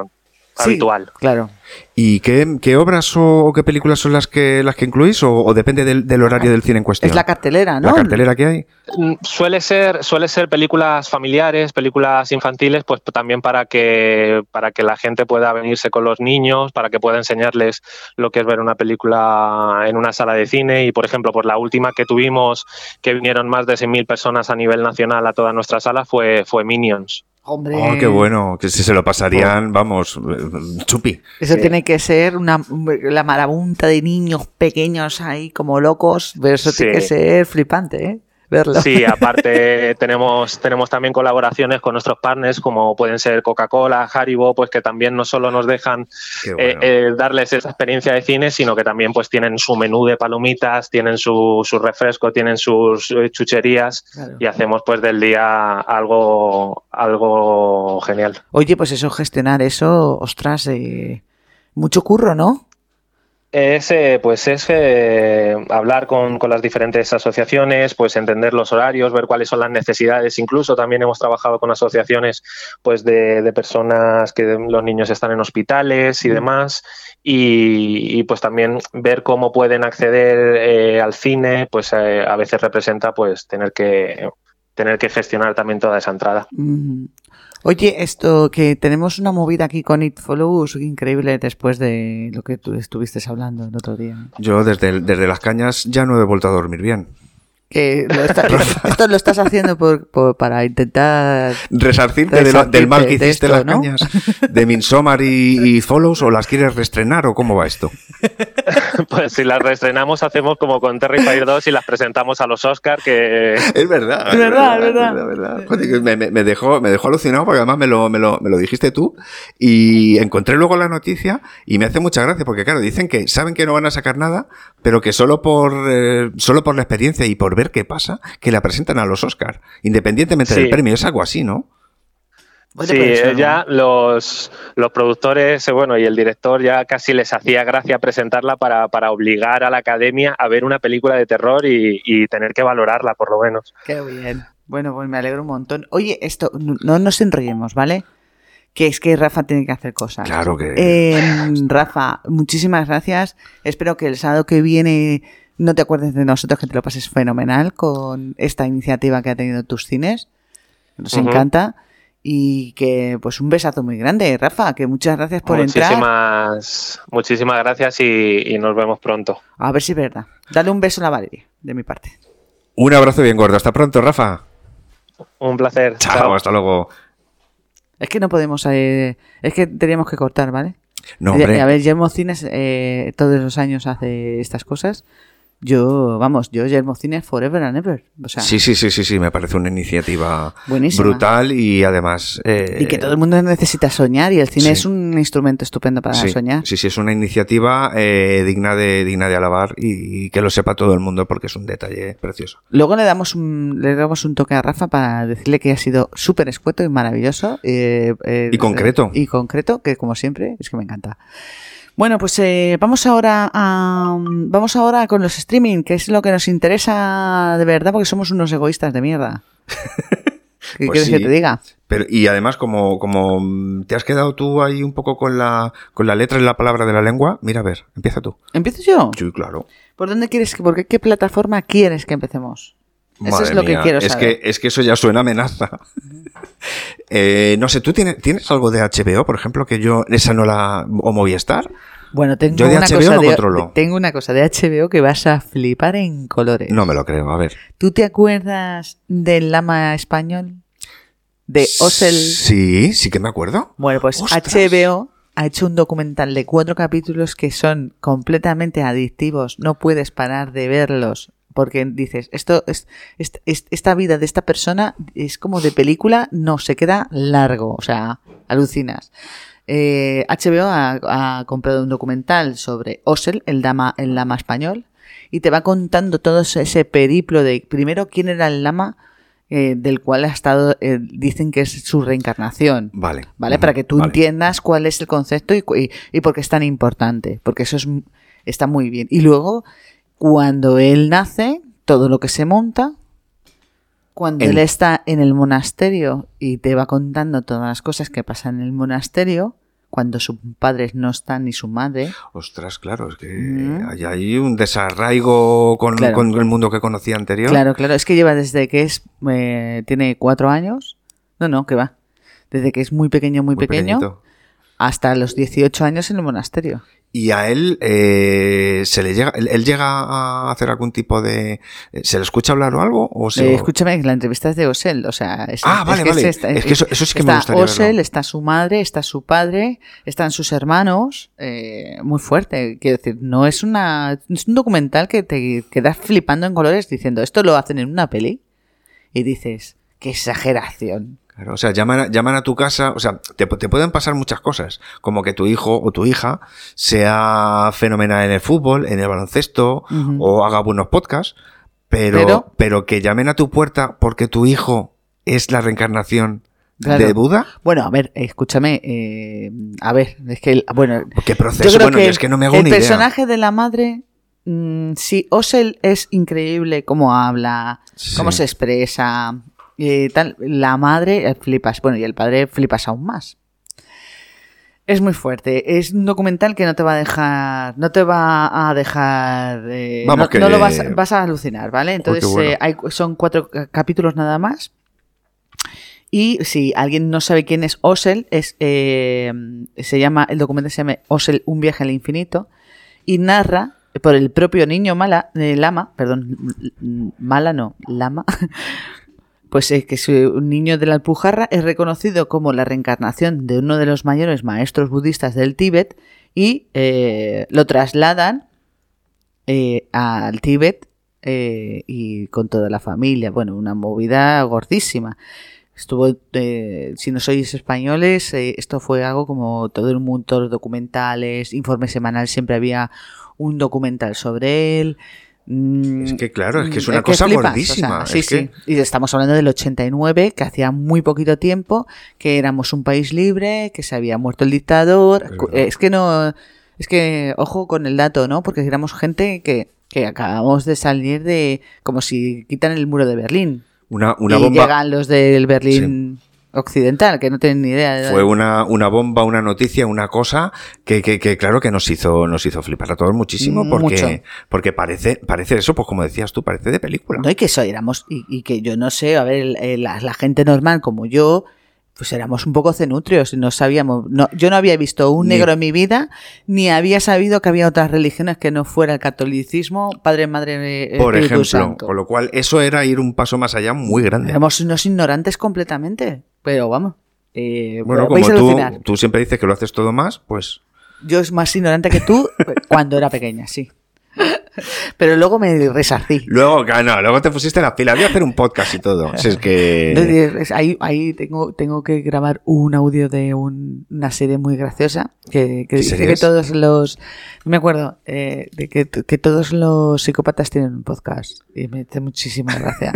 Speaker 2: Sí,
Speaker 4: habitual.
Speaker 2: Claro.
Speaker 1: ¿Y qué, qué obras o, o qué películas son las que las que incluís o, o depende del, del horario del cine en cuestión?
Speaker 2: Es la cartelera, ¿no?
Speaker 1: La cartelera que hay.
Speaker 4: Mm, Suele ser, suele ser películas familiares, películas infantiles, pues también para que, para que la gente pueda venirse con los niños, para que pueda enseñarles lo que es ver una película en una sala de cine. Y por ejemplo, por la última que tuvimos, que vinieron más de 100.000 personas a nivel nacional a toda nuestra sala, fue, fue Minions.
Speaker 2: Hombre.
Speaker 1: Oh, qué bueno. Que si se lo pasarían, vamos, eh, chupi.
Speaker 2: Eso tiene que ser una la marabunta de niños pequeños ahí como locos, pero eso tiene
Speaker 4: Sí.
Speaker 2: que ser flipante, ¿eh? Verlo.
Speaker 4: Sí, aparte tenemos, tenemos también colaboraciones con nuestros partners, como pueden ser Coca-Cola, Haribo, pues que también no solo nos dejan
Speaker 1: Qué
Speaker 4: eh,
Speaker 1: bueno.
Speaker 4: eh, darles esa experiencia de cine, sino que también pues tienen su menú de palomitas, tienen su, su refresco, tienen sus eh, chucherías
Speaker 2: Claro.
Speaker 4: y hacemos pues del día algo, algo genial.
Speaker 2: Oye, pues eso, gestionar eso, ostras, eh, mucho curro, ¿no?
Speaker 4: Es, eh, pues es eh, hablar con, con las diferentes asociaciones, pues entender los horarios, ver cuáles son las necesidades. Incluso también hemos trabajado con asociaciones pues de, de personas que los niños están en hospitales y demás. Y, y, pues también ver cómo pueden acceder eh, al cine, pues eh, a veces representa pues tener que tener que gestionar también toda esa entrada.
Speaker 2: Mm. Oye, esto que tenemos una movida aquí con It Follows increíble después de lo que tú estuviste hablando el otro día.
Speaker 1: Yo desde, el- desde las cañas ya no he vuelto a dormir bien.
Speaker 2: Que lo está- esto lo estás haciendo por- por- para intentar
Speaker 1: Resarcirte de lo- del mal que
Speaker 2: Resarcirte de
Speaker 1: hiciste
Speaker 2: esto,
Speaker 1: las
Speaker 2: ¿no?
Speaker 1: cañas de Minsomar y, y Follows o las quieres reestrenar o cómo va esto.
Speaker 4: Pues si las reestrenamos hacemos como con Terrifier 2 y las presentamos a los Oscar que
Speaker 1: Es verdad.
Speaker 2: Es verdad, es verdad.
Speaker 1: es verdad, es verdad. Joder, que Me, me- me dejó, me dejó alucinado porque además me lo, me, lo, me lo dijiste tú y encontré luego la noticia y me hace mucha gracia porque claro, dicen que saben que no van a sacar nada, pero que solo por, eh, solo por la experiencia y por ver qué pasa, que la presentan a los Oscar, independientemente del
Speaker 4: Sí.
Speaker 1: premio. Es algo así, ¿no?
Speaker 2: Bueno,
Speaker 4: sí,
Speaker 2: pero eso-
Speaker 4: eh, ya los, los productores, eh, bueno, y el director ya casi les hacía gracia presentarla para, para obligar a la academia a ver una película de terror y, y tener que valorarla, por lo menos.
Speaker 2: Qué bien. Bueno, pues me alegro un montón. Oye, esto, no no nos enriemos, ¿vale? Que es que Rafa tiene que hacer cosas.
Speaker 1: Claro que...
Speaker 2: Eh, Rafa, muchísimas gracias. Espero que el sábado que viene no te acuerdes de nosotros, que te lo pases fenomenal con esta iniciativa que ha tenido tus cines. Nos
Speaker 4: Ujú.
Speaker 2: encanta. Y que, pues, un besazo muy grande, Rafa. Que muchas gracias por entrar.
Speaker 4: muchísimas, muchísimas gracias y- y nos vemos pronto.
Speaker 2: A ver si es verdad. Dale un beso a la Valeria, de mi parte.
Speaker 1: Un abrazo bien gordo. Hasta pronto, Rafa.
Speaker 4: Un placer.
Speaker 1: Chao, hasta luego.
Speaker 2: Es que no podemos. eh, es que teníamos que cortar, ¿vale?
Speaker 1: No,
Speaker 2: Y- y a
Speaker 1: hombre.
Speaker 2: ver, Guillermo Cines eh, todos los años hace estas cosas. Yo, vamos, yo Guillermo Cines forever and ever. O sea,
Speaker 1: Sí, sí, sí, sí, sí, me parece una iniciativa
Speaker 2: Buenísima.
Speaker 1: brutal y además... eh,
Speaker 2: y que todo el mundo necesita soñar y el cine
Speaker 1: sí.
Speaker 2: es un instrumento estupendo para
Speaker 1: sí,
Speaker 2: soñar.
Speaker 1: Sí, sí, es una iniciativa eh, digna, de, digna de alabar y, y que lo sepa todo el mundo porque es un detalle precioso.
Speaker 2: Luego le damos un, le damos un toque a Rafa para decirle que ha sido súper escueto y maravilloso. eh, eh,
Speaker 1: Y concreto.
Speaker 2: Y concreto, que como siempre, es que me encanta. Bueno, pues eh, vamos ahora a, vamos ahora con los streaming, que es lo que nos interesa de verdad, porque somos unos egoístas de mierda. ¿Qué
Speaker 1: Pues
Speaker 2: quieres que
Speaker 1: sí.
Speaker 2: te diga?
Speaker 1: Pero, y además, como, como mm, te has quedado tú ahí un poco con la, con la letra y la palabra de la lengua, mira a ver, empieza tú.
Speaker 2: ¿Empiezo yo?
Speaker 1: Sí, claro.
Speaker 2: ¿Por dónde quieres que, por qué, qué plataforma quieres que empecemos? Eso
Speaker 1: Madre
Speaker 2: es lo
Speaker 1: mía,
Speaker 2: que quiero
Speaker 1: es
Speaker 2: saber.
Speaker 1: Que, es que eso ya suena a amenaza. Eh, no sé, ¿tú tienes, tienes algo de HBO, por ejemplo, que yo esa no la... o Movistar?
Speaker 2: Bueno, tengo
Speaker 1: Yo de
Speaker 2: una
Speaker 1: HBO
Speaker 2: cosa
Speaker 1: no
Speaker 2: de,
Speaker 1: controlo.
Speaker 2: tengo una cosa de HBO que vas a flipar en colores.
Speaker 1: No me lo creo, a ver.
Speaker 2: ¿Tú te acuerdas del lama español? De Osel.
Speaker 1: Sí, sí que me acuerdo.
Speaker 2: Bueno, pues
Speaker 1: Ostras.
Speaker 2: HBO ha hecho un documental de cuatro capítulos que son completamente adictivos. No puedes parar de verlos. Porque dices, esto es, es- es- esta vida de esta persona es como de película, no, se queda largo, o sea, alucinas. Eh, HBO ha, ha comprado un documental sobre Osel, el dama, el lama español, y te va contando todo ese periplo de primero quién era el lama, eh, del cual ha estado, eh, dicen que es su reencarnación.
Speaker 1: Vale.
Speaker 2: ¿vale? Para que tú
Speaker 1: Vale.
Speaker 2: entiendas cuál es el concepto y, cu- y, y por qué es tan importante, porque eso es, m- está muy bien. Y luego, cuando él nace, todo lo que se monta, cuando
Speaker 1: En-
Speaker 2: él está en el monasterio y te va contando todas las cosas que pasan en el monasterio, cuando sus padres no están ni su madre.
Speaker 1: Ostras, claro, es que
Speaker 2: Mm.
Speaker 1: hay ahí un desarraigo con,
Speaker 2: Claro.
Speaker 1: con el mundo que conocía anterior.
Speaker 2: Claro, claro. Es que lleva desde que es eh, tiene cuatro años. No, no, que va. Desde que es muy pequeño, muy,
Speaker 1: Muy
Speaker 2: pequeño,
Speaker 1: pequeñito.
Speaker 2: hasta los 18 años en el monasterio.
Speaker 1: Y a él eh, se le llega, él, él llega a hacer algún tipo de, eh, se le escucha hablar o algo o se
Speaker 2: Eh, escúchame, la entrevista es de Osel, o sea, es,
Speaker 1: Ah,
Speaker 2: es
Speaker 1: vale,
Speaker 2: que
Speaker 1: vale.
Speaker 2: se está-
Speaker 1: Es que eso- eso sí que me
Speaker 2: está
Speaker 1: gustaría verlo.
Speaker 2: Osel, está su madre, está su padre, están sus hermanos, eh, muy fuerte. Quiero decir, no es una, es un documental que te quedas flipando en colores diciendo esto lo hacen en una peli y dices qué exageración.
Speaker 1: Claro, o sea, llaman a, llaman a tu casa, o sea, te, te pueden pasar muchas cosas, como que tu hijo o tu hija sea fenomenal en el fútbol, en el baloncesto,
Speaker 2: Ujú.
Speaker 1: o haga buenos podcasts, pero,
Speaker 2: Pero-
Speaker 1: pero, que llamen a tu puerta porque tu hijo es la reencarnación
Speaker 2: Claro.
Speaker 1: de Buda,
Speaker 2: Bueno, a ver, escúchame, eh, a ver, es que el- bueno,
Speaker 1: qué proceso, bueno, yo es que no me hago
Speaker 2: el
Speaker 1: ni idea.
Speaker 2: personaje de la madre, mm, sí, Osel es increíble cómo habla, cómo
Speaker 1: Sí.
Speaker 2: se expresa, eh, tal. La madre eh, flipas, bueno, y el padre flipas aún más. Es muy fuerte, es un documental que no te va a dejar, no te va a dejar, eh,
Speaker 1: Vamos
Speaker 2: no,
Speaker 1: que-
Speaker 2: no lo vas, vas a alucinar, ¿vale? Entonces
Speaker 1: bueno.
Speaker 2: eh, hay, son cuatro ca- capítulos nada más. Y si alguien no sabe quién es Osel, es, eh, se llama, el documental se llama Osel, un viaje al infinito, y narra eh, por el propio niño mala, eh, lama, perdón, l- l- mala no, lama, pues es que su- un niño de la Alpujarra es reconocido como la reencarnación de uno de los mayores maestros budistas del Tíbet y eh, lo trasladan eh, al Tíbet eh, y con toda la familia. Bueno, una movida gordísima. Estuvo, eh, si no sois españoles, eh, esto fue algo como todo el mundo, todos los documentales, informe semanal, siempre había un documental sobre él. Mm,
Speaker 1: Es que claro, es que es
Speaker 2: Mm,
Speaker 1: una cosa
Speaker 2: flipas,
Speaker 1: gordísima.
Speaker 2: o sea, sí,
Speaker 1: es que-
Speaker 2: sí. Y estamos hablando del 89, que hacía muy poquito tiempo, que éramos un país libre, que se había muerto el dictador.
Speaker 1: Es
Speaker 2: Cu-
Speaker 1: verdad.
Speaker 2: eh, Es que no. Es que, ojo con el dato, ¿no? Porque éramos gente que, que acabamos de salir de. como si quitan el muro de Berlín.
Speaker 1: Una, una
Speaker 2: y
Speaker 1: bomba
Speaker 2: llegan los del Berlín occidental, que no tienen ni idea. de-
Speaker 1: fue una, una bomba, una noticia, una cosa que, que, que, claro que nos hizo, nos hizo flipar a todos muchísimo porque,
Speaker 2: Mucho.
Speaker 1: porque parece, parece eso, pues como decías tú, parece de película.
Speaker 2: No, y que eso éramos, y, y que yo no sé, a ver, el- el- la, la gente normal como yo, pues éramos un poco cenutrios, no sabíamos, no, yo no había visto un
Speaker 1: Ni-
Speaker 2: negro en mi vida, ni había sabido que había otras religiones que no fuera el catolicismo, padre, madre, eh,
Speaker 1: por
Speaker 2: Espíritu
Speaker 1: ejemplo,
Speaker 2: Santo.
Speaker 1: con lo cual eso era ir un paso más allá muy grande.
Speaker 2: Éramos unos ignorantes completamente, pero vamos. eh,
Speaker 1: Bueno,
Speaker 2: vais
Speaker 1: como
Speaker 2: a
Speaker 1: tú,
Speaker 2: alucinar.
Speaker 1: tú siempre dices que lo haces todo más, pues
Speaker 2: Yo es más ignorante que tú cuando era pequeña, sí. Pero luego me resarcí.
Speaker 1: luego, ah, no, luego te pusiste las pilas, voy a hacer un podcast y todo. Si es que
Speaker 2: Entonces, es- ahí ahí tengo, tengo que grabar un audio de un- una serie muy graciosa que, que
Speaker 1: ¿Qué
Speaker 2: dice
Speaker 1: serie
Speaker 2: que
Speaker 1: es?
Speaker 2: todos los. No me acuerdo, eh, de que, que todos los psicópatas tienen un podcast. Y me hace muchísima gracia.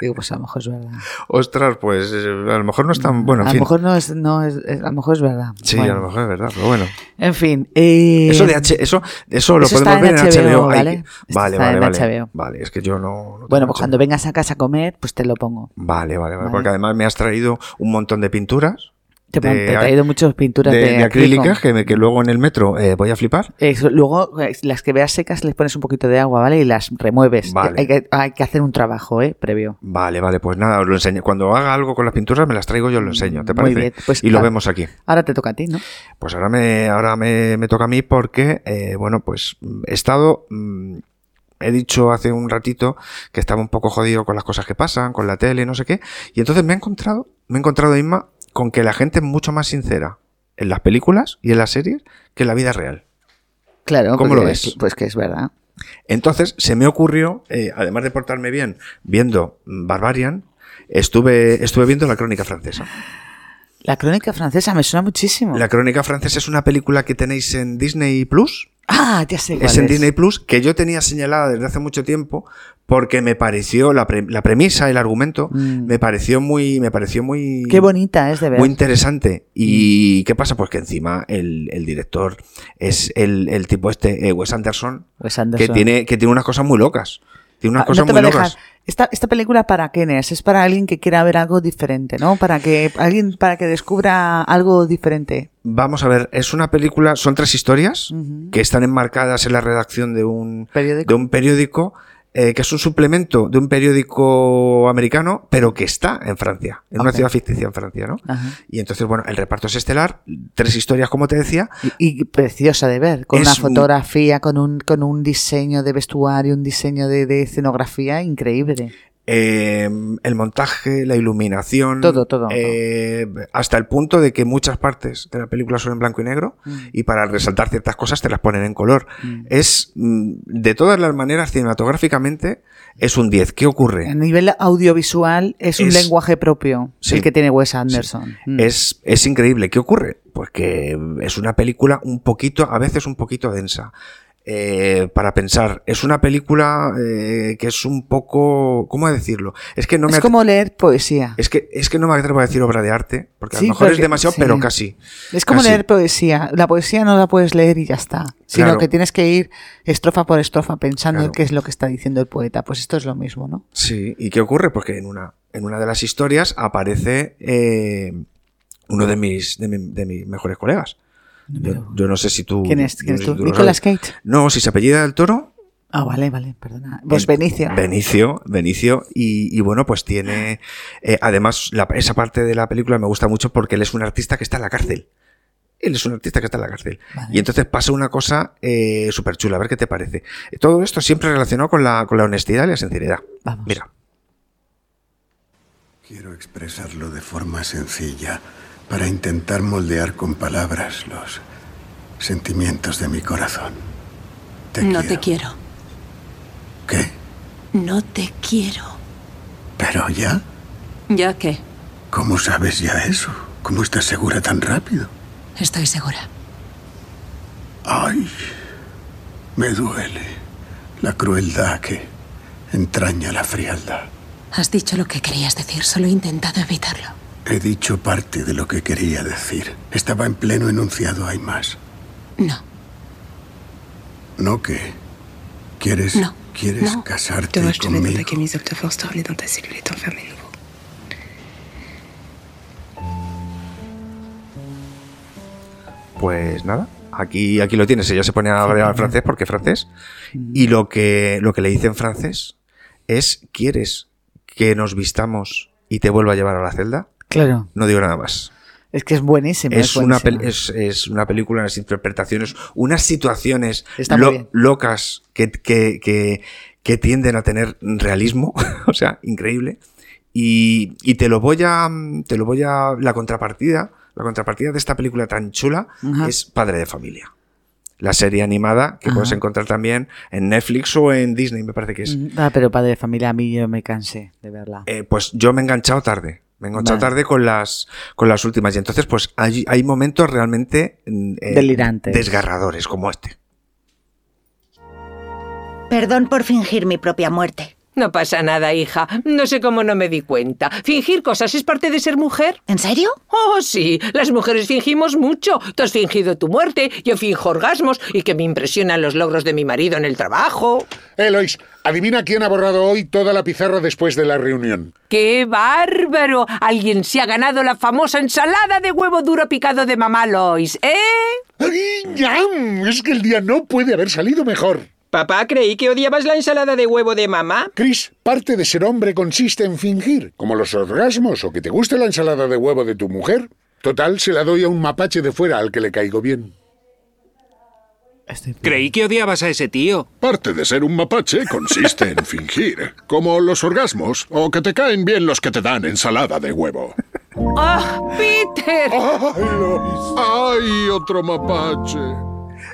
Speaker 2: Digo, pues a lo mejor es verdad.
Speaker 1: ostras, pues eh, a lo mejor no es tan bueno, en
Speaker 2: a
Speaker 1: fin.
Speaker 2: lo mejor no es, no es, es- a lo mejor es verdad.
Speaker 1: Sí,
Speaker 2: Bueno,
Speaker 1: a lo mejor es verdad, pero bueno.
Speaker 2: En fin. eh,
Speaker 1: Eso de H, eso, eso lo
Speaker 2: eso está
Speaker 1: podemos ver en
Speaker 2: en
Speaker 1: HBO.
Speaker 2: HBO,
Speaker 1: hay
Speaker 2: ¿vale?
Speaker 1: que-
Speaker 2: Esto
Speaker 1: Vale,
Speaker 2: está
Speaker 1: vale,
Speaker 2: en
Speaker 1: vale.
Speaker 2: HBO.
Speaker 1: Vale, es que yo no. no
Speaker 2: Bueno,
Speaker 1: tengo
Speaker 2: pues cuando
Speaker 1: HBO.
Speaker 2: vengas a casa a comer, pues te lo pongo.
Speaker 1: Vale, vale, vale,
Speaker 2: Vale.
Speaker 1: porque además me has traído un montón de pinturas,
Speaker 2: Te,
Speaker 1: De
Speaker 2: te he
Speaker 1: ac-
Speaker 2: traído muchas
Speaker 1: de,
Speaker 2: pinturas de,
Speaker 1: de acrílicas, que, me- que luego en el metro eh, voy a flipar.
Speaker 2: Eso, luego, eh, las que veas secas les pones un poquito de agua, ¿vale? Y las remueves.
Speaker 1: Vale.
Speaker 2: Hay, que, hay que hacer un trabajo, ¿eh? Previo.
Speaker 1: Vale, vale, pues nada, os lo enseño. Cuando haga algo con las pinturas me las traigo yo os lo enseño, ¿te
Speaker 2: Muy
Speaker 1: parece?
Speaker 2: bien, pues
Speaker 1: y lo
Speaker 2: claro.
Speaker 1: vemos aquí.
Speaker 2: Ahora te toca a ti, ¿no?
Speaker 1: Pues ahora me, ahora me, me toca a mí porque, eh, bueno, pues mm, he estado, mm, he dicho hace un ratito que estaba un poco jodido con las cosas que pasan, con la tele, no sé qué, y entonces me he encontrado, me he encontrado, Isma, con que la gente es mucho más sincera en las películas y en las series que en la vida real.
Speaker 2: Claro.
Speaker 1: ¿Cómo
Speaker 2: porque
Speaker 1: lo
Speaker 2: es-
Speaker 1: ves?
Speaker 2: Pues que es verdad.
Speaker 1: Entonces se me ocurrió, eh, además de portarme bien viendo mm, Barbarian, estuve, estuve viendo la crónica francesa.
Speaker 2: La crónica francesa me suena muchísimo.
Speaker 1: La crónica francesa es una película que tenéis en Disney Plus.
Speaker 2: Ah, ya sé cuál
Speaker 1: es en Disney Plus, que yo tenía señalada desde hace mucho tiempo, porque me pareció la, pre- la premisa, el argumento,
Speaker 2: Mm.
Speaker 1: me pareció muy, me pareció muy,
Speaker 2: Qué bonita es de ver.
Speaker 1: muy interesante.
Speaker 2: Mm.
Speaker 1: ¿Y qué pasa? Pues que encima el, el director es el, el tipo este, eh, Wes Anderson,
Speaker 2: Wes Anderson.
Speaker 1: que tiene, que tiene unas cosas muy locas. Tiene unas
Speaker 2: Ah,
Speaker 1: cosas
Speaker 2: no te
Speaker 1: muy
Speaker 2: va a dejar-
Speaker 1: locas.
Speaker 2: Esta, esta película para quién es? Es para alguien que quiera ver algo diferente, ¿no? Para que alguien para que descubra algo diferente.
Speaker 1: Vamos a ver, es una película, son tres historias
Speaker 2: Ujú.
Speaker 1: que están enmarcadas en la redacción de un
Speaker 2: Periódico.
Speaker 1: de un periódico eh, que es un suplemento de un periódico americano, pero que está en Francia, en una
Speaker 2: Ok.
Speaker 1: ciudad ficticia en Francia, ¿no?
Speaker 2: Ajá.
Speaker 1: Y entonces, bueno, el reparto es estelar, tres historias, como te decía,
Speaker 2: Y, y preciosa de ver, con
Speaker 1: Es
Speaker 2: una
Speaker 1: un-
Speaker 2: fotografía, con un, con un diseño de vestuario, un diseño de, de escenografía increíble.
Speaker 1: Eh, el montaje, la iluminación.
Speaker 2: Todo, todo,
Speaker 1: Mm, eh, Hasta el punto de que muchas partes de la película son en blanco y negro
Speaker 2: Mm.
Speaker 1: y para resaltar ciertas cosas te las ponen en color.
Speaker 2: Mm.
Speaker 1: Es, mm, de todas las maneras, cinematográficamente, es un 10. ¿Qué
Speaker 2: A
Speaker 1: ocurre?
Speaker 2: nivel audiovisual es un
Speaker 1: eh, Es-
Speaker 2: lenguaje propio,
Speaker 1: Sí.
Speaker 2: el que tiene Wes Anderson. Mm.
Speaker 1: Es, es increíble. ¿Qué ocurre? Pues que es una película un poquito, a veces un poquito densa. eh, para pensar, es una película eh, que es un poco, ¿cómo decirlo? Es que no me
Speaker 2: Es
Speaker 1: atre-
Speaker 2: como leer poesía.
Speaker 1: Es que, es que no me atrevo a decir obra de arte, porque a
Speaker 2: Sí,
Speaker 1: lo mejor
Speaker 2: porque-
Speaker 1: es demasiado,
Speaker 2: sí.
Speaker 1: pero casi.
Speaker 2: Es como
Speaker 1: Casi.
Speaker 2: leer poesía. La poesía no la puedes leer y ya está, sino
Speaker 1: Claro.
Speaker 2: que tienes que ir estrofa por estrofa pensando
Speaker 1: Claro.
Speaker 2: qué es lo que está diciendo el poeta. Pues esto es lo mismo, ¿no?
Speaker 1: Sí, ¿y qué ocurre? Pues que en una, en una de las historias aparece eh, uno de mis, de, mi- de mis mejores colegas. Yo, yo no sé si tú.
Speaker 2: ¿Quién es?
Speaker 1: no
Speaker 2: ¿Quién
Speaker 1: sé si
Speaker 2: es tú?
Speaker 1: tú lo
Speaker 2: Nicolas
Speaker 1: sabes.
Speaker 2: Cage.
Speaker 1: No, si se apellida del toro.
Speaker 2: Ah, vale, vale, perdona. Pues
Speaker 1: Eh,
Speaker 2: Benicio.
Speaker 1: Benicio, Benicio. Y, y bueno, pues tiene. eh, además, la- esa parte de la película me gusta mucho porque él es un artista que está en la cárcel. Él es un artista que está en la cárcel.
Speaker 2: Vale.
Speaker 1: Y entonces pasa una cosa eh, súper chula, a ver qué te parece. Eh, Todo esto siempre relacionado con la, con la honestidad y la sinceridad.
Speaker 2: Vamos.
Speaker 1: Mira,
Speaker 5: Quiero expresarlo de forma sencilla para intentar moldear con palabras los sentimientos de mi corazón. Te
Speaker 6: no
Speaker 5: quiero.
Speaker 6: te quiero.
Speaker 5: ¿Qué?
Speaker 6: No te quiero.
Speaker 5: ¿Pero ya?
Speaker 6: Ya que
Speaker 5: ¿Cómo sabes ya eso? ¿Cómo estás segura tan rápido?
Speaker 6: estoy segura.
Speaker 5: Ay, me duele la crueldad que entraña la frialdad.
Speaker 6: Has dicho lo que querías decir, solo he intentado evitarlo.
Speaker 5: He dicho parte de lo que quería decir. Estaba en pleno enunciado, hay más.
Speaker 6: No,
Speaker 5: ¿No qué? ¿Quieres,
Speaker 6: No,
Speaker 5: ¿quieres
Speaker 6: no.
Speaker 5: casarte
Speaker 7: Dommage, tu mettre
Speaker 5: conmigo?
Speaker 7: dans ta camise Octofor Star, les dans ta cellule est enfermée de nouveau.
Speaker 1: pues nada, aquí, aquí lo tienes. Ella se pone a hablar francés porque es francés.
Speaker 2: Mm.
Speaker 1: Y lo que, lo que le dice en francés es: ¿Quieres que nos vistamos y te vuelva a llevar a la celda?
Speaker 2: Claro.
Speaker 1: No digo nada más.
Speaker 2: Es que es buenísimo.
Speaker 1: es, una
Speaker 2: buenísimo.
Speaker 1: pel- es, es una película, unas interpretaciones, unas situaciones
Speaker 2: Está muy
Speaker 1: lo-
Speaker 2: bien.
Speaker 1: locas que, que- que- que tienden a tener realismo, o sea, increíble. Y, y te lo voy a. Te lo voy a. La contrapartida. La contrapartida de esta película tan chula
Speaker 2: Ajá.
Speaker 1: es Padre de Familia. La serie animada que
Speaker 2: Ajá.
Speaker 1: puedes encontrar también en Netflix o en Disney, me parece que es.
Speaker 2: Mm, Ah, pero padre de familia, a mí yo me cansé de verla.
Speaker 1: Eh, pues yo me he enganchado tarde. Me he enganchado
Speaker 2: Vale.
Speaker 1: tarde con las, con las últimas. Y entonces, pues hay, hay momentos realmente mm, eh,
Speaker 2: Delirantes.
Speaker 1: desgarradores, como este.
Speaker 8: Perdón por fingir mi propia muerte.
Speaker 9: No pasa nada, hija. No sé cómo no me di cuenta. Fingir cosas es parte de ser mujer.
Speaker 8: ¿En serio?
Speaker 9: Oh, sí, las mujeres fingimos mucho. Tú has fingido tu muerte, yo finjo orgasmos y que me impresionan los logros de mi marido en el trabajo.
Speaker 10: Eh, Lois, adivina quién ha borrado hoy toda la pizarra después de la reunión.
Speaker 9: ¡Qué bárbaro! Alguien se ha ganado la famosa ensalada de huevo duro picado de mamá Lois, ¿eh?
Speaker 10: ¡Ay, ñam! Es que el día no puede haber salido mejor.
Speaker 9: Papá, creí que odiabas la ensalada de huevo de mamá.
Speaker 10: Chris, parte de ser hombre consiste en fingir, como los orgasmos o que te guste la ensalada de huevo de tu mujer. Total, se la doy a un mapache de fuera al que le caigo bien.
Speaker 2: Estoy-
Speaker 11: Creí que odiabas a ese tío.
Speaker 10: Parte de ser un mapache consiste en fingir, como los orgasmos o que te caen bien los que te dan ensalada de huevo.
Speaker 9: ¡Ah, Peter!
Speaker 10: ¡Ay, Lois! ¡Ay, otro mapache!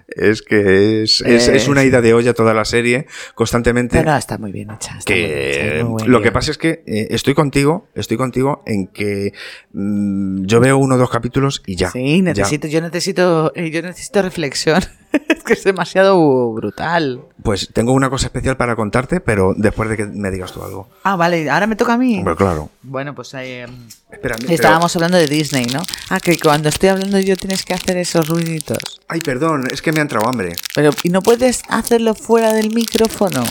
Speaker 1: Es que es, es-
Speaker 2: Eh,
Speaker 1: es una ida de olla toda la serie, constantemente.
Speaker 2: Pero no, está muy bien hecha. está muy bien hecha,
Speaker 1: que
Speaker 2: es muy buen
Speaker 1: lo que
Speaker 2: guion.
Speaker 1: pasa es que eh, estoy contigo, estoy contigo en que mm, yo veo uno o dos capítulos y ya.
Speaker 2: Sí,
Speaker 1: ya.
Speaker 2: necesito, yo necesito, eh, yo necesito reflexión. es que es demasiado brutal.
Speaker 1: Pues tengo una cosa especial para contarte, pero después de que me digas tú algo.
Speaker 2: Ah, vale, ahora me toca a mí.
Speaker 1: Hombre, claro.
Speaker 2: Bueno, pues eh,
Speaker 1: Espera, pero-
Speaker 2: estábamos hablando de Disney, ¿no? Ah, que cuando estoy hablando yo tienes que hacer esos ruiditos.
Speaker 1: Ay, perdón, es que me ha entrado hambre.
Speaker 2: Pero, ¿y no puedes hacerlo fuera del micrófono?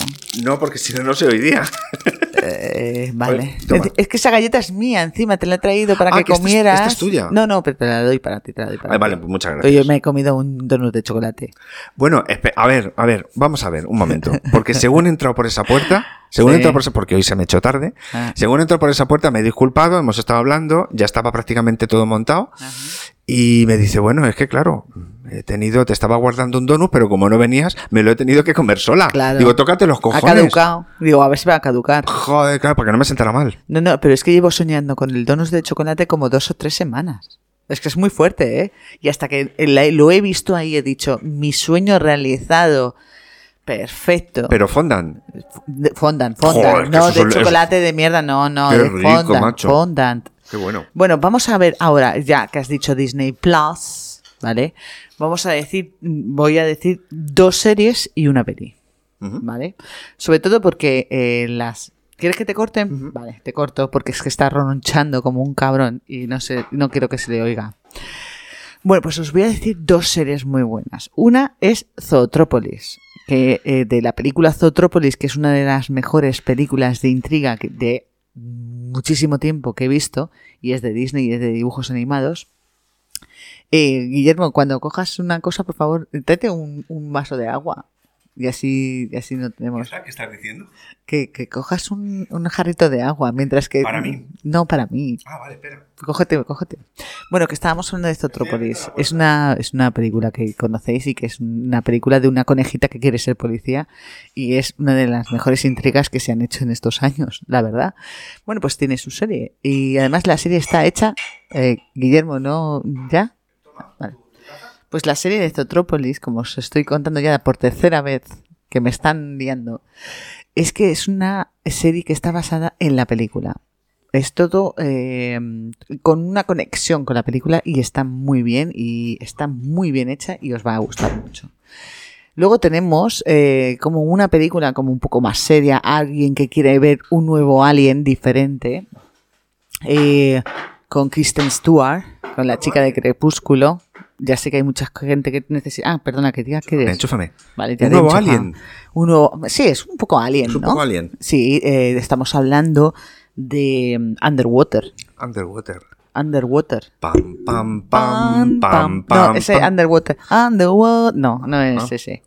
Speaker 1: No, porque si no, no se oiría.
Speaker 2: Eh, vale. Es- es que esa galleta es mía, encima te la he traído para
Speaker 1: Ah,
Speaker 2: que,
Speaker 1: que esta es-
Speaker 2: comieras.
Speaker 1: esta es tuya.
Speaker 2: No, no, pero te la doy para ti, te la doy para
Speaker 1: Ah,
Speaker 2: ti.
Speaker 1: vale, pues muchas
Speaker 2: Pero
Speaker 1: gracias.
Speaker 2: Yo me he comido un donut de chocolate.
Speaker 1: Bueno, espe- a ver, a ver, vamos a ver, un momento. Porque según he entrado por esa puerta, según he
Speaker 2: Sí.
Speaker 1: entrado por esa porque hoy se me echó tarde,
Speaker 2: Ah.
Speaker 1: según he entrado por esa puerta me he disculpado, hemos estado hablando, ya estaba prácticamente todo montado. Y me dice, bueno, es que claro, he tenido, te estaba guardando un donut, pero como no venías, me lo he tenido que comer sola.
Speaker 2: Claro.
Speaker 1: Digo, tócate los
Speaker 2: Ha
Speaker 1: cojones.
Speaker 2: caducado. Digo, a ver si va a caducar.
Speaker 1: Joder, claro, porque no me sentará mal.
Speaker 2: No, no, pero es que llevo soñando con el donut de chocolate como dos o tres semanas. Es que es muy fuerte, ¿eh? Y hasta que la- lo he visto ahí he dicho, mi sueño realizado. Perfecto.
Speaker 1: Pero fondan.
Speaker 2: De- fondant, fondant.
Speaker 1: Joder, que
Speaker 2: no,
Speaker 1: eso
Speaker 2: de
Speaker 1: es-
Speaker 2: chocolate de mierda, no, no.
Speaker 1: Qué
Speaker 2: de
Speaker 1: rico,
Speaker 2: fondant,
Speaker 1: macho.
Speaker 2: fondant.
Speaker 1: Qué bueno.
Speaker 2: Bueno, vamos a ver ahora, ya que has dicho Disney Plus, ¿vale? Vamos a decir, voy a decir dos series y una peli, ¿vale? Sobre todo porque eh, las... ¿Quieres que te corten? Vale, te corto porque es que está ronchando como un cabrón y no sé, no quiero que se le oiga. Bueno, pues os voy a decir dos series muy buenas. Una es Zootrópolis, que eh, de la película Zootrópolis, que es una de las mejores películas de intriga que- de muchísimo tiempo que he visto, y es de Disney y es de dibujos animados. Eh, Guillermo, cuando cojas una cosa, por favor, tráete un, un vaso de agua. Y así, y así no tenemos.
Speaker 1: ¿Qué estás diciendo?
Speaker 2: Que, que cojas un, un jarrito de agua, mientras que.
Speaker 1: ¿Para mí?
Speaker 2: No, para mí.
Speaker 1: Ah, vale, espera.
Speaker 2: Cógete, cógete. Bueno, que estábamos hablando de Zootrópolis. Es una, es una película que conocéis y que es una película de una conejita que quiere ser policía y es una de las mejores intrigas que se han hecho en estos años, la verdad. Bueno, pues tiene su serie y además la serie está hecha... eh, Guillermo, ¿no? ¿Ya? Vale. Pues la serie de Zootrópolis, como os estoy contando ya por tercera vez que me están liando, es que es una serie que está basada en la película. Es todo eh, con una conexión con la película y está muy bien y está muy bien hecha y os va a gustar mucho. Luego tenemos eh, como una película como un poco más seria, alguien que quiere ver un nuevo alien diferente, eh, con Kristen Stewart, con la chica de Crepúsculo. Ya sé que hay mucha gente que necesita... Ah, perdona, que digas que...
Speaker 1: Enchúfame.
Speaker 2: Vale, ya
Speaker 1: Un
Speaker 2: te he
Speaker 1: nuevo
Speaker 2: enchufado.
Speaker 1: alien.
Speaker 2: Un nuevo- Sí, es un poco alien,
Speaker 1: Es un
Speaker 2: ¿no?
Speaker 1: poco alien.
Speaker 2: Sí, eh, estamos hablando de mm, Underwater.
Speaker 1: Underwater.
Speaker 2: Underwater.
Speaker 1: Pam, pam, pam, pam, pam,
Speaker 2: no, ese
Speaker 1: pam.
Speaker 2: Underwater. Underwater. No, no es
Speaker 1: Ah.
Speaker 2: ese.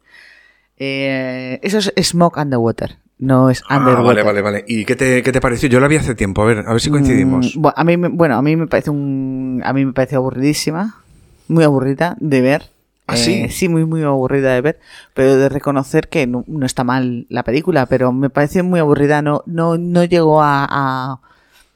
Speaker 2: Eh, eso es Smoke Underwater. No es
Speaker 1: Ah,
Speaker 2: Underwater.
Speaker 1: vale, vale, vale. ¿Y qué te, qué te pareció? Yo la vi hace tiempo, a ver, a ver si coincidimos.
Speaker 2: Mm, bu- a mí, me- bueno, a mí me parece un, a mí me parece aburridísima, muy aburrida de ver. Eh,
Speaker 1: ¿Ah, sí?
Speaker 2: sí, muy, muy aburrida de ver, pero de reconocer que no, no está mal la película, pero me parece muy aburrida, no, no, no llegó a, a-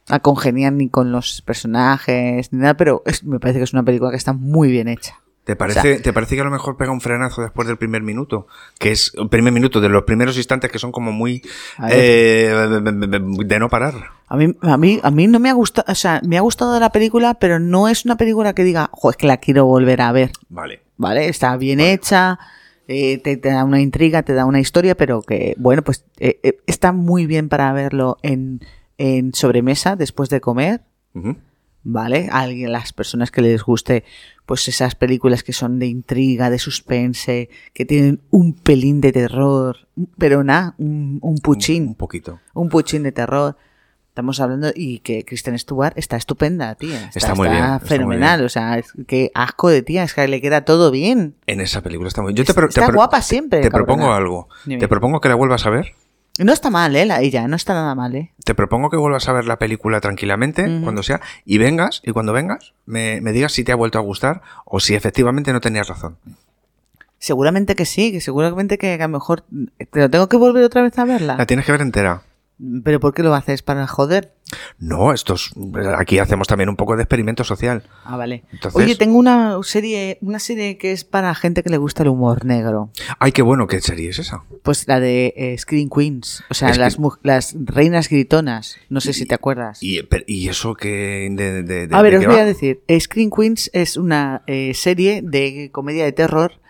Speaker 2: a congeniar ni con los personajes ni nada, pero es- me parece que es una película que está muy bien hecha.
Speaker 1: ¿Te parece, ¿Te parece que a lo mejor pega un frenazo después del primer minuto? Que es el primer minuto de los primeros instantes que son como muy
Speaker 2: A ver.
Speaker 1: eh, de no parar.
Speaker 2: A mí, a mí, a mí no me ha gustado, o sea, me ha gustado la película, pero no es una película que diga, jo, es que la quiero volver a ver.
Speaker 1: Vale.
Speaker 2: ¿vale? Está bien hecha, eh, te, te da una intriga, te da una historia, pero que, bueno, pues eh, eh, está muy bien para verlo en, en sobremesa después de comer,
Speaker 1: Ujú.
Speaker 2: ¿vale? A alguien, las personas que les guste, pues esas películas que son de intriga, de suspense, que tienen un pelín de terror, pero nada, un, un puchín,
Speaker 1: Un poquito.
Speaker 2: un puchín de terror. Estamos hablando y que Kristen Stewart está estupenda, tía. Está,
Speaker 1: Está muy bien, está muy
Speaker 2: fenomenal.
Speaker 1: bien.
Speaker 2: O sea, es- qué asco de tía. Es que le queda todo bien.
Speaker 1: En esa película está muy Yo te, pro-
Speaker 2: Está
Speaker 1: te pro-
Speaker 2: guapa siempre,
Speaker 1: Te
Speaker 2: cabrona.
Speaker 1: propongo algo.
Speaker 2: Dime.
Speaker 1: Te propongo que la vuelvas a ver.
Speaker 2: No está mal, ¿eh? La, ella, no está nada mal, ¿eh?
Speaker 1: Te propongo que vuelvas a ver la película tranquilamente, cuando sea, y vengas, y cuando vengas, me, me digas si te ha vuelto a gustar o si efectivamente no tenías razón.
Speaker 2: Seguramente que sí, que seguramente que a lo mejor. Pero tengo que volver otra vez a
Speaker 1: La
Speaker 2: verla.
Speaker 1: tienes que ver entera.
Speaker 2: ¿Pero por qué lo haces? ¿Para joder?
Speaker 1: No, estos aquí hacemos también un poco de experimento social.
Speaker 2: Ah, vale.
Speaker 1: Entonces-
Speaker 2: Oye, tengo una serie, una serie que es para gente que le gusta el humor negro.
Speaker 1: Ay, qué bueno, ¿qué serie es esa?
Speaker 2: Pues la de eh, Scream Queens. O sea,
Speaker 1: Es que-
Speaker 2: las, mu- las reinas gritonas. No sé si te acuerdas.
Speaker 1: ¿Y, pero- y eso que... De, de- de-
Speaker 2: a ver,
Speaker 1: de
Speaker 2: os
Speaker 1: qué
Speaker 2: voy
Speaker 1: va?
Speaker 2: a eh, decir. Screen Queens es una eh, serie de comedia de terror,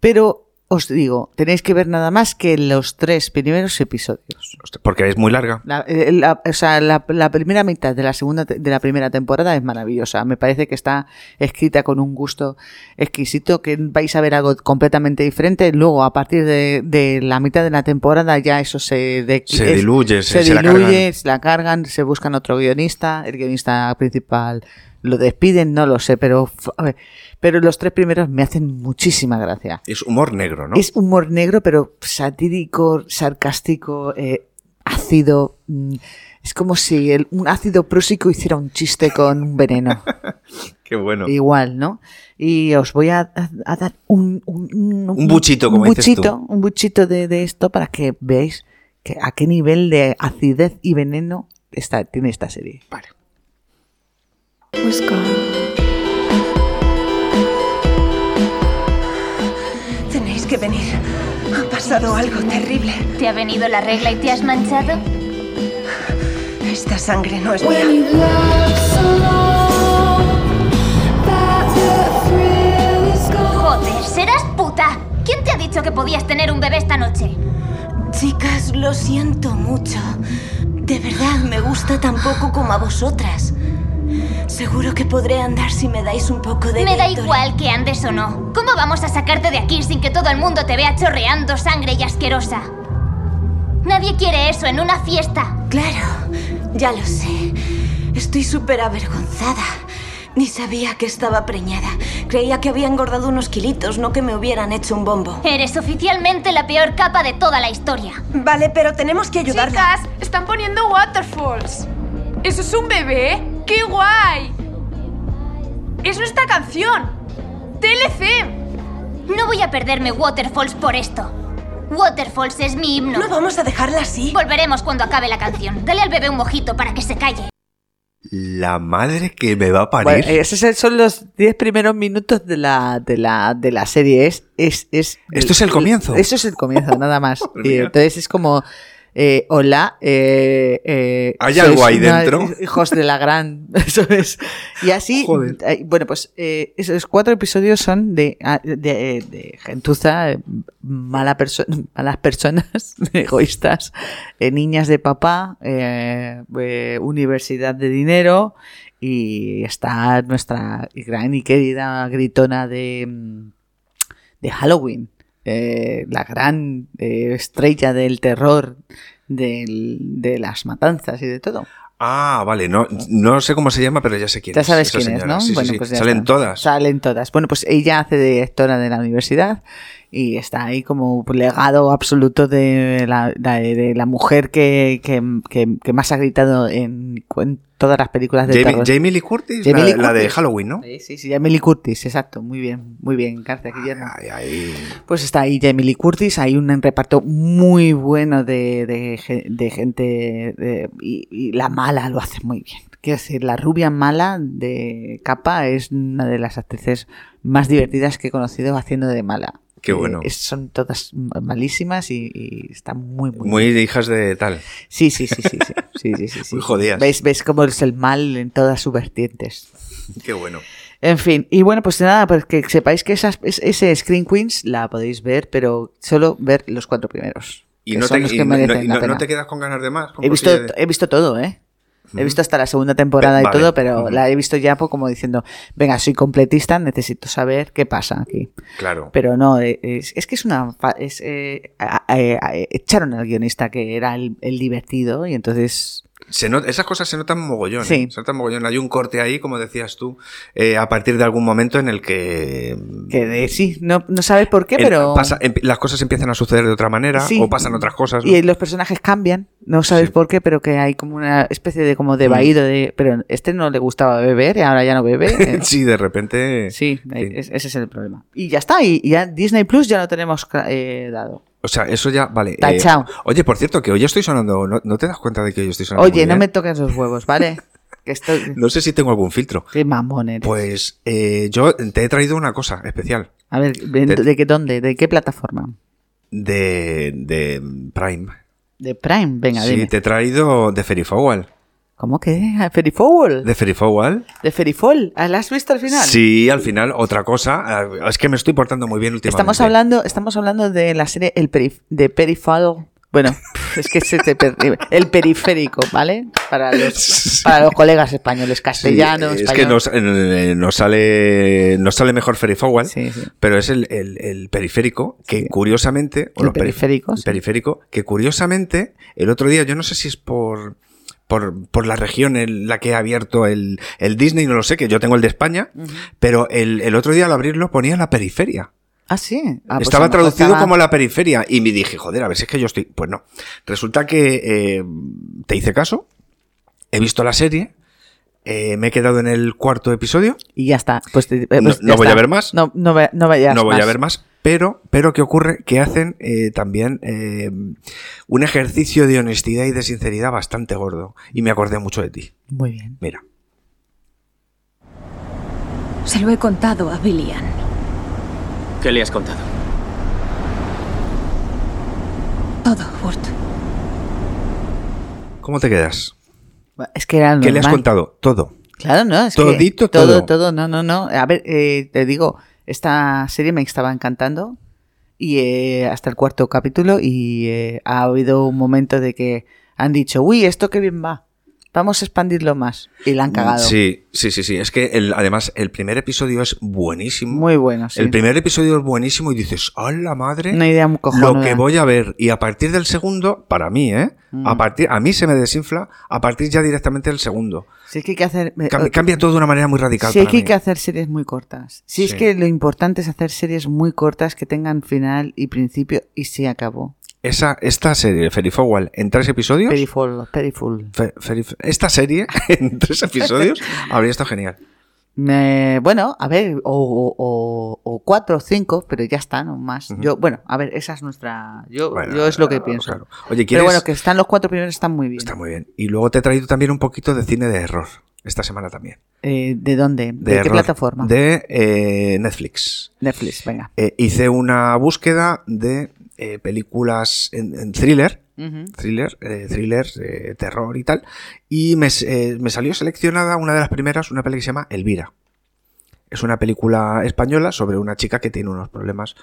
Speaker 2: pero os digo, tenéis que ver nada más que los tres primeros episodios.
Speaker 1: Porque es muy larga.
Speaker 2: La, eh, la- o sea, la, la primera mitad de la segunda te- de la primera temporada es maravillosa. Me parece que está escrita con un gusto exquisito, que vais a ver algo completamente diferente. Luego, a partir de, de la mitad de la temporada, ya eso se, de-
Speaker 1: Se diluye, se-
Speaker 2: se,
Speaker 1: se la
Speaker 2: diluye,
Speaker 1: cargan.
Speaker 2: se la cargan, se buscan otro guionista, el guionista principal lo despiden, no lo sé, pero, f- a ver, pero los tres primeros me hacen muchísima gracia.
Speaker 1: Es humor negro, ¿no?
Speaker 2: Es humor negro, pero satírico, sarcástico, eh, ácido. mm, Es como si el- un ácido prúsico hiciera un chiste con un veneno. E
Speaker 1: Qué bueno.
Speaker 2: Igual, ¿no? Y os voy a, a dar un, un, un,
Speaker 1: Un buchito, como
Speaker 2: un
Speaker 1: dices tú.
Speaker 2: buchito, Un buchito de, de esto para que veáis que a qué nivel de acidez y veneno está, tiene esta serie.
Speaker 7: was gone.
Speaker 12: Tenéis que venir. Ha pasado algo terrible.
Speaker 13: ¿Te ha venido la regla y te has manchado?
Speaker 12: Esta sangre no es mía.
Speaker 13: Joder, serás puta. ¿Quién te ha dicho que podías tener un bebé esta noche?
Speaker 12: Chicas, lo siento mucho. De verdad, me gusta tan poco como a vosotras. Seguro que podré andar si me dais un poco de
Speaker 13: Me da
Speaker 12: Gatorade.
Speaker 13: igual que andes o no. ¿Cómo vamos a sacarte de aquí sin que todo el mundo te vea chorreando sangre y asquerosa? Nadie quiere eso en una fiesta.
Speaker 12: Claro, ya lo sé. Estoy súper avergonzada. Ni sabía que estaba preñada. Creía que había engordado unos kilitos, no que me hubieran hecho un bombo.
Speaker 13: Eres oficialmente la peor capa de toda la historia.
Speaker 12: Vale, pero tenemos que ayudarla.
Speaker 14: Chicas, están poniendo waterfalls. ¿Eso es un bebé? ¡Qué guay! Es nuestra canción. TLC.
Speaker 13: No voy a perderme Waterfalls por esto. Waterfalls es mi himno. ¿No
Speaker 12: vamos a dejarla así?
Speaker 13: Volveremos cuando acabe la canción. Dale al bebé un mojito para que se calle.
Speaker 1: La madre que me va a parir.
Speaker 2: Bueno, eh, esos son los 10 primeros minutos de la, de la, de la serie. Es, es, es,
Speaker 1: Esto es el comienzo.
Speaker 2: Eso es el comienzo, nada más.
Speaker 1: Madre
Speaker 2: Y
Speaker 1: mía.
Speaker 2: entonces es como, eh, hola, eh, eh,
Speaker 1: Hay
Speaker 2: sois
Speaker 1: algo ahí
Speaker 2: una-
Speaker 1: dentro.
Speaker 2: Hijos de la gran, eso es. Y así,
Speaker 1: Joder.
Speaker 2: eh, bueno, pues eh, esos cuatro episodios son de, ah, de, de gentuza, eh, mala perso- malas personas, egoístas, eh, niñas de papá, eh, eh, universidad de dinero y está nuestra gran y querida gritona de, mm, de Halloween, eh, la gran eh, estrella del terror, del- de las matanzas y de todo.
Speaker 1: Ah, vale, no, no sé cómo se llama, pero ya sé quién
Speaker 2: Ya
Speaker 1: es.
Speaker 2: sabes
Speaker 1: esa
Speaker 2: quién es,
Speaker 1: señora.
Speaker 2: ¿no?
Speaker 1: Sí, sí,
Speaker 2: Bueno,
Speaker 1: sí.
Speaker 2: pues ya
Speaker 1: Salen
Speaker 2: está.
Speaker 1: todas.
Speaker 2: Salen todas. Bueno, pues ella hace de directora de la universidad y está ahí como legado absoluto de la, la- de la mujer que, que, que- que más ha gritado en, en todas las películas de
Speaker 1: Jamie,
Speaker 2: terror.
Speaker 1: Jamie Lee Curtis,
Speaker 2: Jamie
Speaker 1: la,
Speaker 2: Lee
Speaker 1: la de
Speaker 2: Curtis.
Speaker 1: Halloween, ¿no?
Speaker 2: Sí, sí, sí, Jamie Lee Curtis, exacto. Muy bien, muy bien, Carta Pues está ahí Jamie Lee Curtis, hay un reparto muy bueno de, de ge- de gente de- y, y la mala lo hace muy bien. Quiero decir, la rubia mala de capa es una de las actrices más divertidas que he conocido haciendo de mala. Eh,
Speaker 1: Qué bueno.
Speaker 2: es- son todas malísimas y, y están muy, muy,
Speaker 1: Muy de hijas de tal.
Speaker 2: Sí, sí, sí, sí. sí, sí, sí, sí, sí.
Speaker 1: Muy jodidas.
Speaker 2: ¿Ves, ves cómo es el mal en todas sus vertientes.
Speaker 1: Qué bueno.
Speaker 2: En fin, y bueno, pues nada, pues que sepáis que esas, es- ese Screen Queens la podéis ver, pero solo ver los cuatro primeros.
Speaker 1: Y
Speaker 2: que
Speaker 1: no,
Speaker 2: son
Speaker 1: te,
Speaker 2: los
Speaker 1: y
Speaker 2: que
Speaker 1: no-
Speaker 2: merecen
Speaker 1: no-
Speaker 2: la
Speaker 1: no
Speaker 2: pena.
Speaker 1: te quedas con ganas de más. con
Speaker 2: He visto,
Speaker 1: cosillas de-
Speaker 2: he visto todo, ¿eh? He
Speaker 1: Ujú.
Speaker 2: visto hasta la segunda temporada
Speaker 1: Ve-
Speaker 2: y
Speaker 1: vale.
Speaker 2: todo, pero
Speaker 1: Ujú.
Speaker 2: la he visto ya po- como diciendo, venga, soy completista, necesito saber qué pasa aquí.
Speaker 1: Claro.
Speaker 2: Pero no, eh, es, es que es una... fa- Es, eh, a- a- a- echaron al guionista que era el, el divertido y entonces...
Speaker 1: Se not- esas cosas se notan mogollón. ¿eh?
Speaker 2: Sí.
Speaker 1: Se notan mogollón. Hay un corte ahí, como decías tú, eh, a partir de algún momento en el que.
Speaker 2: Que de- sí, no, no sabes por qué,
Speaker 1: el-
Speaker 2: pero...
Speaker 1: pasa- em- las cosas empiezan a suceder de otra manera
Speaker 2: Sí.
Speaker 1: o pasan otras cosas. ¿no?
Speaker 2: Y los personajes cambian, no sabes por qué, pero que hay como una especie de como de
Speaker 1: Mm.
Speaker 2: vaído de, pero este no le gustaba beber y ahora ya no bebe. eh,
Speaker 1: sí, de repente.
Speaker 2: Sí,
Speaker 1: en fin.
Speaker 2: es- ese es el problema. Y ya está, y y ya Disney Plus ya lo tenemos cra- eh, dado.
Speaker 1: O sea, eso ya, vale. eh,
Speaker 2: Tachao.
Speaker 1: oye, por cierto, que hoy estoy sonando. ¿no, no te das cuenta de que hoy estoy sonando? muy
Speaker 2: Oye, no
Speaker 1: bien?
Speaker 2: me toques los huevos, ¿vale? que estoy
Speaker 1: No sé si tengo algún filtro.
Speaker 2: Qué mamón eres.
Speaker 1: Pues eh, yo te he traído una cosa especial
Speaker 2: A ver, ¿de,
Speaker 1: Te-
Speaker 2: de qué dónde? ¿De qué plataforma?
Speaker 1: de, de Prime.
Speaker 2: De Prime, venga,
Speaker 1: sí,
Speaker 2: dime.
Speaker 1: te he traído de Ferry Fowl.
Speaker 2: ¿Cómo que? Ferry Fowl.
Speaker 1: ¿De Ferry Fowl?
Speaker 2: De Ferry Fowl. ¿La has visto al final?
Speaker 1: Sí, al final, otra cosa. Ah, Es que me estoy portando muy bien últimamente.
Speaker 2: Estamos hablando, estamos hablando de la serie El Perif de Perry Fowl. Bueno, es que se te per- el periférico, ¿vale? Para los, para los colegas españoles, castellanos.
Speaker 1: es que nos, eh, nos sale nos sale mejor Ferry Forward, pero es el, el- el periférico que curiosamente. o
Speaker 2: El
Speaker 1: los perif-
Speaker 2: periférico,
Speaker 1: el
Speaker 2: ¿Ah, sí.
Speaker 1: periférico, que curiosamente, el otro día, yo no sé si es por. Por, por la región en la que he abierto el, el Disney, no lo sé, que yo tengo el de España, pero el, el otro día al abrirlo ponía la periferia.
Speaker 2: Ah, sí. Ah, pues a
Speaker 1: estaba
Speaker 2: lo mejor
Speaker 1: traducido
Speaker 2: estaba-
Speaker 1: como la periferia y me dije, joder, a ver si es que yo estoy... Pues no. Resulta que eh, te hice caso, he visto la serie, eh, me he quedado en el cuarto episodio.
Speaker 2: Y ya está. Pues, te- eh, pues
Speaker 1: no
Speaker 2: ya
Speaker 1: no voy
Speaker 2: está.
Speaker 1: a ver más.
Speaker 2: No, no, ve- no vayas
Speaker 1: No voy a ver más. Pero, pero ¿qué ocurre? Que hacen eh, también eh, un ejercicio de honestidad y de sinceridad bastante gordo. Y me acordé mucho de ti.
Speaker 2: Muy bien.
Speaker 1: Mira.
Speaker 15: Se lo he contado a Billian.
Speaker 16: ¿Qué le has contado?
Speaker 15: Todo, Burt.
Speaker 1: ¿Cómo te quedas?
Speaker 2: Es que era
Speaker 1: ¿Qué le has
Speaker 2: normal.
Speaker 1: contado? Todo.
Speaker 2: Claro, no, es que
Speaker 1: Todito,
Speaker 2: todo,
Speaker 1: todo.
Speaker 2: todo, no, no, no. A ver, eh, te digo, esta serie me estaba encantando y eh, hasta el cuarto capítulo y eh, ha habido un momento de que han dicho, uy, esto qué bien va, vamos a expandirlo más y la han cagado.
Speaker 1: Mm, Sí, sí, sí, sí. Es que el- además el primer episodio es buenísimo.
Speaker 2: Muy bueno, sí.
Speaker 1: El primer episodio es buenísimo y dices, ¡a la madre!
Speaker 2: Una idea muy cojonuda. Mm.
Speaker 1: Lo que voy a ver. Y a partir del segundo, para mí, ¿eh? A, partir, a mí se me desinfla a partir ya directamente del segundo.
Speaker 2: Sí, es que hay que hacer...
Speaker 1: Cam- cambia todo de una manera muy radical.
Speaker 2: Sí, es
Speaker 1: para
Speaker 2: que Eh, hay
Speaker 1: mí.
Speaker 2: que hacer series muy cortas. Sí, es
Speaker 1: Sí.
Speaker 2: que lo importante es hacer series muy cortas que tengan final y principio y se acabó.
Speaker 1: Esa, esta serie, Ferry Forward, en tres episodios.
Speaker 2: Periful, Periful.
Speaker 1: Fe- Ferry- esta serie, en tres episodios, habría estado genial.
Speaker 2: Eh, bueno, a ver, o, o- o- o cuatro o cinco, pero ya está, no más. Yo, bueno, a ver, esa es nuestra. Yo,
Speaker 1: Bueno,
Speaker 2: yo es lo que pienso.
Speaker 1: claro. Oye,
Speaker 2: pero
Speaker 1: ¿quieres-
Speaker 2: bueno, que están los cuatro primeros están muy bien.
Speaker 1: Está muy bien. Y luego te he traído también un poquito de cine de error. Esta semana también.
Speaker 2: Eh, ¿De dónde? ¿De, qué
Speaker 1: error.
Speaker 2: plataforma?
Speaker 1: De eh, Netflix.
Speaker 2: Netflix, venga.
Speaker 1: Eh, hice una búsqueda de eh, películas en, en thriller,
Speaker 2: Ujú.
Speaker 1: thriller, eh, thriller, eh, terror y tal, y me, s- eh, me salió seleccionada una de las primeras, una peli que se llama Elvira. Es una película española sobre una chica que tiene unos problemas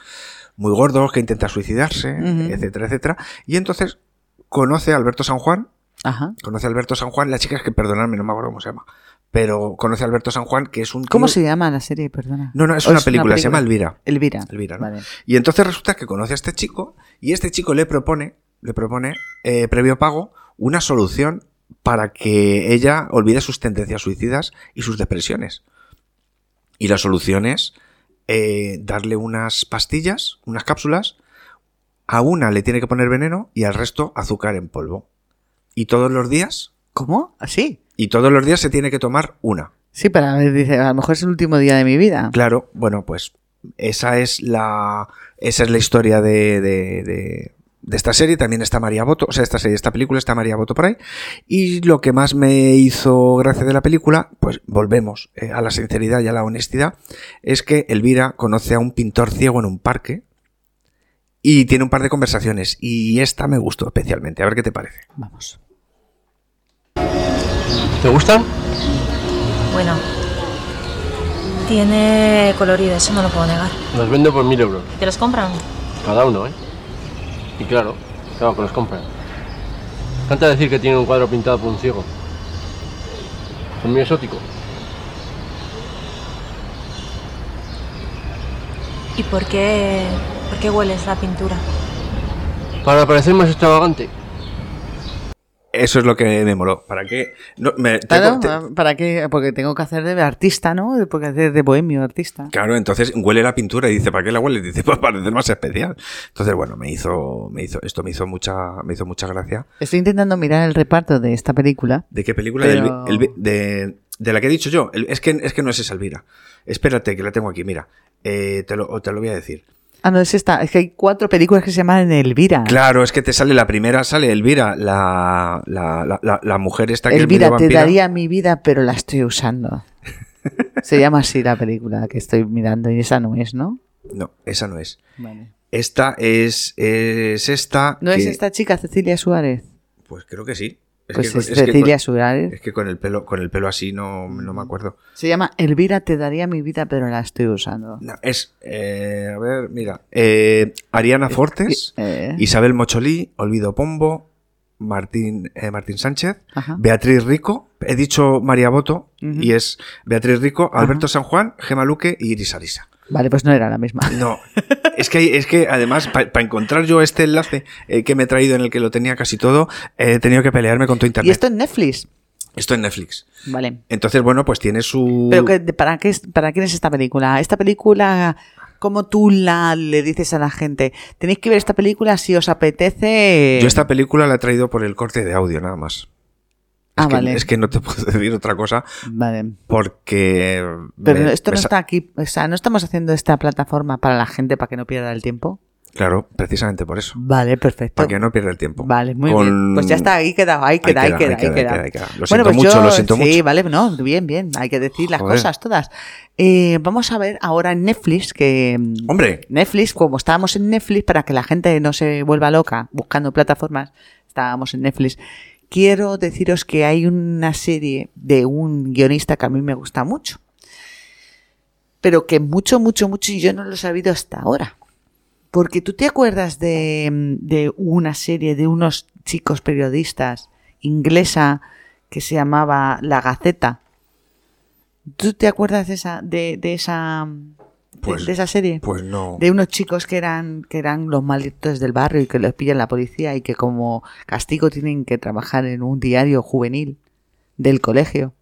Speaker 1: muy gordos, que intenta suicidarse,
Speaker 2: Ujú.
Speaker 1: etcétera, etcétera. Y entonces conoce a Alberto San Juan,
Speaker 2: Ajá.
Speaker 1: conoce a Alberto San Juan, la chica es que, perdonadme, no me acuerdo cómo se llama, pero conoce a Alberto San Juan, que es un...
Speaker 2: ¿Cómo
Speaker 1: tío-
Speaker 2: se llama la serie? Perdona.
Speaker 1: No, no, es
Speaker 2: ¿O
Speaker 1: una película, se llama Elvira.
Speaker 2: Elvira.
Speaker 1: Elvira, ¿no?
Speaker 2: Vale.
Speaker 1: Y entonces resulta que conoce a este chico y este chico le propone, le propone, eh, previo pago, una solución para que ella olvide sus tendencias suicidas y sus depresiones. Y la solución es eh, darle unas pastillas, unas cápsulas. A una le tiene que poner veneno y al resto azúcar en polvo. Y todos los días.
Speaker 2: ¿Cómo?
Speaker 1: Ah,
Speaker 2: ¿Así?
Speaker 1: Y todos los días se tiene que tomar una.
Speaker 2: Sí, para ver, dice, a lo mejor es el último día de mi vida.
Speaker 1: Claro, bueno, pues esa es la, esa es la historia de, de- de- de esta serie. También está María Boto, o sea, esta serie, esta película está María Boto por ahí. Y lo que más me hizo gracia de la película, pues volvemos eh, a la sinceridad y a la honestidad, es que Elvira conoce a un pintor ciego en un parque y tiene un par de conversaciones. Y esta me gustó especialmente. A ver qué te parece.
Speaker 2: Vamos.
Speaker 1: ¿Te gusta?
Speaker 17: Bueno, tiene colorido, eso no lo puedo negar.
Speaker 18: Los vendo por mil euros,
Speaker 17: ¿Te los compran?
Speaker 18: cada uno, ¿eh? Y claro, claro que los compran. Canta decir que tiene un cuadro pintado por un ciego. Es muy exótico.
Speaker 17: ¿Y por qué, por qué hueles la pintura?
Speaker 18: Para parecer más extravagante.
Speaker 1: Eso es lo que me moló. ¿Para qué? No, me- tengo-
Speaker 2: Claro,
Speaker 1: te-
Speaker 2: Ah, ¿para qué? Porque tengo que hacer de artista, ¿no? Porque hacer de bohemio artista.
Speaker 1: Claro, entonces huele la pintura y dice, ¿para qué la huele? Dice, "Pues para parecer más especial. Entonces, bueno, me hizo, me hizo, esto me hizo mucha, me hizo mucha gracia.
Speaker 2: Estoy intentando mirar el reparto de esta película.
Speaker 1: ¿De qué película?
Speaker 2: Pero-
Speaker 1: Del- el- de, de la que he dicho yo. El- es, que, es que no es esa Elvira. Espérate, que la tengo aquí, mira. Eh, te, lo, te lo voy a decir.
Speaker 2: Ah, no, es esta. Es que hay cuatro películas que se llaman Elvira.
Speaker 1: Claro, es que te sale la primera, sale Elvira, la, la, la- la- la mujer esta que es
Speaker 2: Elvira,
Speaker 1: medio
Speaker 2: te
Speaker 1: vampira.
Speaker 2: daría mi vida, pero la estoy usando. Se llama así la película que estoy mirando y esa no es, ¿no?
Speaker 1: No, esa no es.
Speaker 2: Vale.
Speaker 1: Esta es, es esta.
Speaker 2: ¿No es
Speaker 1: que-
Speaker 2: esta chica Cecilia Suárez?
Speaker 1: Pues creo que sí. Es
Speaker 2: Pues
Speaker 1: que-
Speaker 2: es
Speaker 1: es que
Speaker 2: Cecilia
Speaker 1: con-
Speaker 2: Suárez.
Speaker 1: Es que con el pelo, con el pelo así no, no me acuerdo.
Speaker 2: Se llama Elvira te daría mi vida, pero la estoy usando.
Speaker 1: No, es, eh, a ver, mira. eh, Ariana Fortes,
Speaker 2: eh.
Speaker 1: Isabel Mocholí, Olvido Pombo, Martín, eh, Martín Sánchez,
Speaker 2: Ajá.
Speaker 1: Beatriz Rico, he dicho María Boto,
Speaker 2: Ujú.
Speaker 1: y es Beatriz Rico, Alberto San Juan, Gema Luque y Iris Arisa.
Speaker 2: Vale, pues no era la misma.
Speaker 1: No, es que, hay- es que además, para encontrar yo este enlace eh, que me he traído en el que lo tenía casi todo, eh, he tenido que pelearme con tu internet.
Speaker 2: ¿Y esto en Netflix?
Speaker 1: Esto en Netflix.
Speaker 2: Vale.
Speaker 1: Entonces, bueno, pues tiene su.
Speaker 2: ¿Pero que, de- para, qué, es- para quién es esta película? Esta película, como tú la le dices a la gente, tenéis que ver esta película si os apetece.
Speaker 1: Yo esta película la he traído por el corte de audio, nada más.
Speaker 2: Ah,
Speaker 1: es, que,
Speaker 2: vale.
Speaker 1: es que no te puedo decir otra cosa
Speaker 2: Vale.
Speaker 1: porque.
Speaker 2: Pero
Speaker 1: me-
Speaker 2: esto
Speaker 1: me
Speaker 2: no
Speaker 1: sa-
Speaker 2: está aquí, o sea, no estamos haciendo esta plataforma para la gente para que no pierda el tiempo.
Speaker 1: Claro, precisamente por eso.
Speaker 2: Vale, perfecto.
Speaker 1: Para que no pierda el tiempo.
Speaker 2: Vale, muy
Speaker 1: Con-
Speaker 2: bien. Pues ya está, ahí queda, ahí queda, ahí queda, ahí queda. pues
Speaker 1: ahí queda. Lo siento mucho, lo siento
Speaker 2: sí,
Speaker 1: mucho.
Speaker 2: vale, no, bien, bien, hay que decir las
Speaker 1: Joder.
Speaker 2: cosas todas. Eh, vamos a ver ahora en Netflix que... mm,
Speaker 1: Hombre.
Speaker 2: Netflix, como estábamos en Netflix, para que la gente no se vuelva loca buscando plataformas, estábamos en Netflix. Quiero deciros que hay una serie de un guionista que a mí me gusta mucho, pero que mucho, mucho, mucho yo no lo he sabido hasta ahora. Porque tú te acuerdas de, de una serie de unos chicos periodistas inglesa que se llamaba La Gaceta. ¿Tú te acuerdas de esa, de, de esa, de-
Speaker 1: Pues-
Speaker 2: de esa serie?
Speaker 1: Pues no.
Speaker 2: de unos chicos que eran que eran los malditos del barrio y que los pillan la policía y que como castigo tienen que trabajar en un diario juvenil del colegio.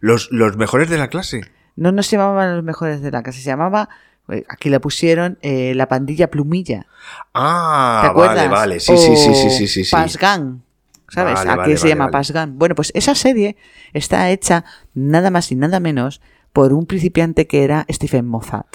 Speaker 1: Los, los mejores de la clase.
Speaker 2: No nos llamaban los mejores de la casa, se llamaba eh, aquí le pusieron eh, la pandilla plumilla. ¿Te
Speaker 1: Ah,
Speaker 2: acuerdas?
Speaker 1: vale, vale. Sí, sí, sí, sí, sí, sí. sí.
Speaker 2: Pasgan. ¿Sabes?
Speaker 1: Vale,
Speaker 2: Aquí
Speaker 1: vale,
Speaker 2: se
Speaker 1: vale,
Speaker 2: llama
Speaker 1: vale.
Speaker 2: Pasgan. Bueno, pues esa serie está hecha nada más y nada menos por un principiante que era Stephen Moffat.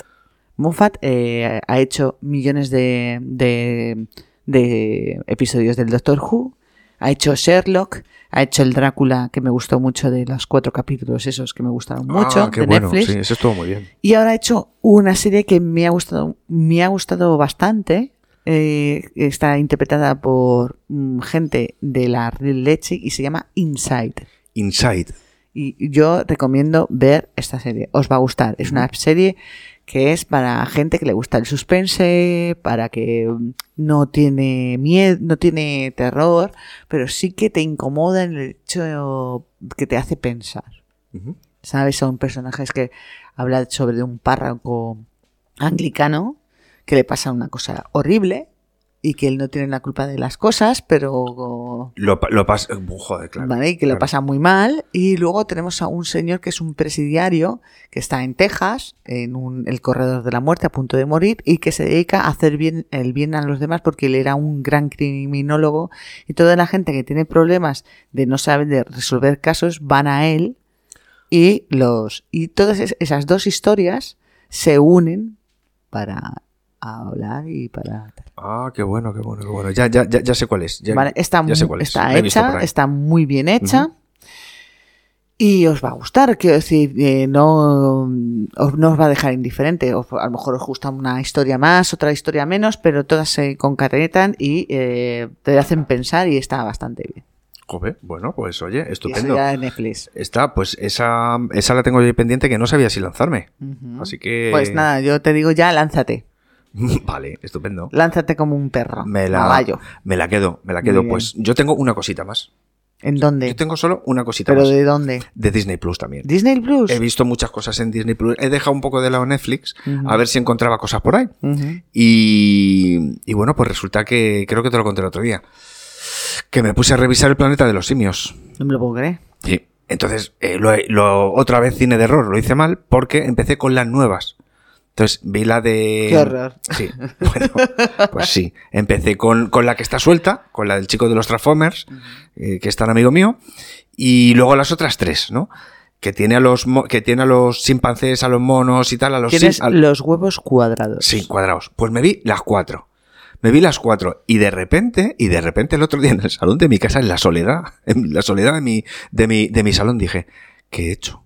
Speaker 2: Moffat eh, ha hecho millones de, de- de episodios del Doctor Who, ha hecho Sherlock, ha hecho el Drácula, que me gustó mucho de los cuatro capítulos esos que me gustaron mucho,
Speaker 1: Ah, qué
Speaker 2: de
Speaker 1: bueno.
Speaker 2: Netflix.
Speaker 1: Sí, eso estuvo muy bien.
Speaker 2: Y ahora he hecho una serie que me ha gustado, me ha gustado bastante. Eh, está interpretada por mm, gente de la Real Leche y se llama Inside.
Speaker 1: Inside.
Speaker 2: Y yo recomiendo ver esta serie. Os va a gustar. Es una serie que es para gente que le gusta el suspense, para que mm, no tiene miedo, no tiene terror, pero sí que te incomoda en el hecho que te hace pensar.
Speaker 1: Ujú.
Speaker 2: ¿Sabes? Son personajes que hablan sobre un párroco anglicano que le pasa una cosa horrible y que él no tiene la culpa de las cosas, pero
Speaker 1: Lo, pa- lo pas- uh, Joder, claro.
Speaker 2: ¿vale? Y que lo
Speaker 1: claro.
Speaker 2: pasa muy mal. Y luego tenemos a un señor que es un presidiario que está en Texas, en un- el corredor de la muerte, a punto de morir, y que se dedica a hacer bien el bien a los demás porque él era un gran criminólogo. Y toda la gente que tiene problemas de no saber de resolver casos van a él. Y los. Y todas es- esas dos historias se unen para hablar y para
Speaker 1: Ah, qué bueno, qué bueno, qué bueno. Ya, ya, ya, ya sé cuál es. Ya,
Speaker 2: Vale, está,
Speaker 1: ya sé
Speaker 2: mu-
Speaker 1: cuál es.
Speaker 2: está
Speaker 1: La he visto por
Speaker 2: hecha,
Speaker 1: ahí.
Speaker 2: está muy bien hecha.
Speaker 1: Ujú.
Speaker 2: Y os va a gustar, quiero decir, eh, no, os, no os va a dejar indiferente. Os- a lo mejor os gusta una historia más, otra historia menos, pero todas se concatenan y eh, te hacen pensar y está bastante bien.
Speaker 1: Joder, bueno, pues oye,
Speaker 2: Y eso
Speaker 1: estupendo.
Speaker 2: ya de Netflix.
Speaker 1: Está, pues esa, esa la tengo yo pendiente que no sabía si lanzarme.
Speaker 2: Ujú.
Speaker 1: Así que.
Speaker 2: Pues nada, yo te digo ya, lánzate.
Speaker 1: Vale, estupendo.
Speaker 2: Lánzate como un perro.
Speaker 1: Me la,
Speaker 2: Caballo.
Speaker 1: me la quedo, me la
Speaker 2: Muy
Speaker 1: quedo.
Speaker 2: bien.
Speaker 1: Pues yo tengo una cosita más.
Speaker 2: ¿En dónde?
Speaker 1: Yo tengo solo una cosita
Speaker 2: ¿Pero
Speaker 1: más.
Speaker 2: de dónde?
Speaker 1: De Disney Plus también.
Speaker 2: ¿Disney Plus?
Speaker 1: He visto muchas cosas en Disney Plus. He dejado un poco de lado Netflix
Speaker 2: Ujú.
Speaker 1: a ver si encontraba cosas por ahí.
Speaker 2: Ujú.
Speaker 1: Y, y bueno, pues resulta que creo que te lo conté el otro día. Que me puse a revisar el planeta de los simios.
Speaker 2: No me lo puedo creer.
Speaker 1: Sí. Entonces, eh, lo, lo- otra vez cine de error, lo hice mal porque empecé con las nuevas. Entonces, vi la de...
Speaker 2: Qué horror.
Speaker 1: Sí, bueno, pues sí. Empecé con, con la que está suelta, con la del chico de los Transformers, eh, que es tan amigo mío, y luego las otras tres, ¿no? Que tiene a los, mo- que tiene a los chimpancés, a los monos y tal, a los...
Speaker 2: Tienes
Speaker 1: sim- al-
Speaker 2: los huevos cuadrados.
Speaker 1: Sí, cuadrados. Pues me vi las cuatro. Me vi las cuatro. Y de repente, y de repente el otro día en el salón de mi casa, en la soledad, en la soledad de mi, de mi, de mi salón, dije, ¿qué he hecho?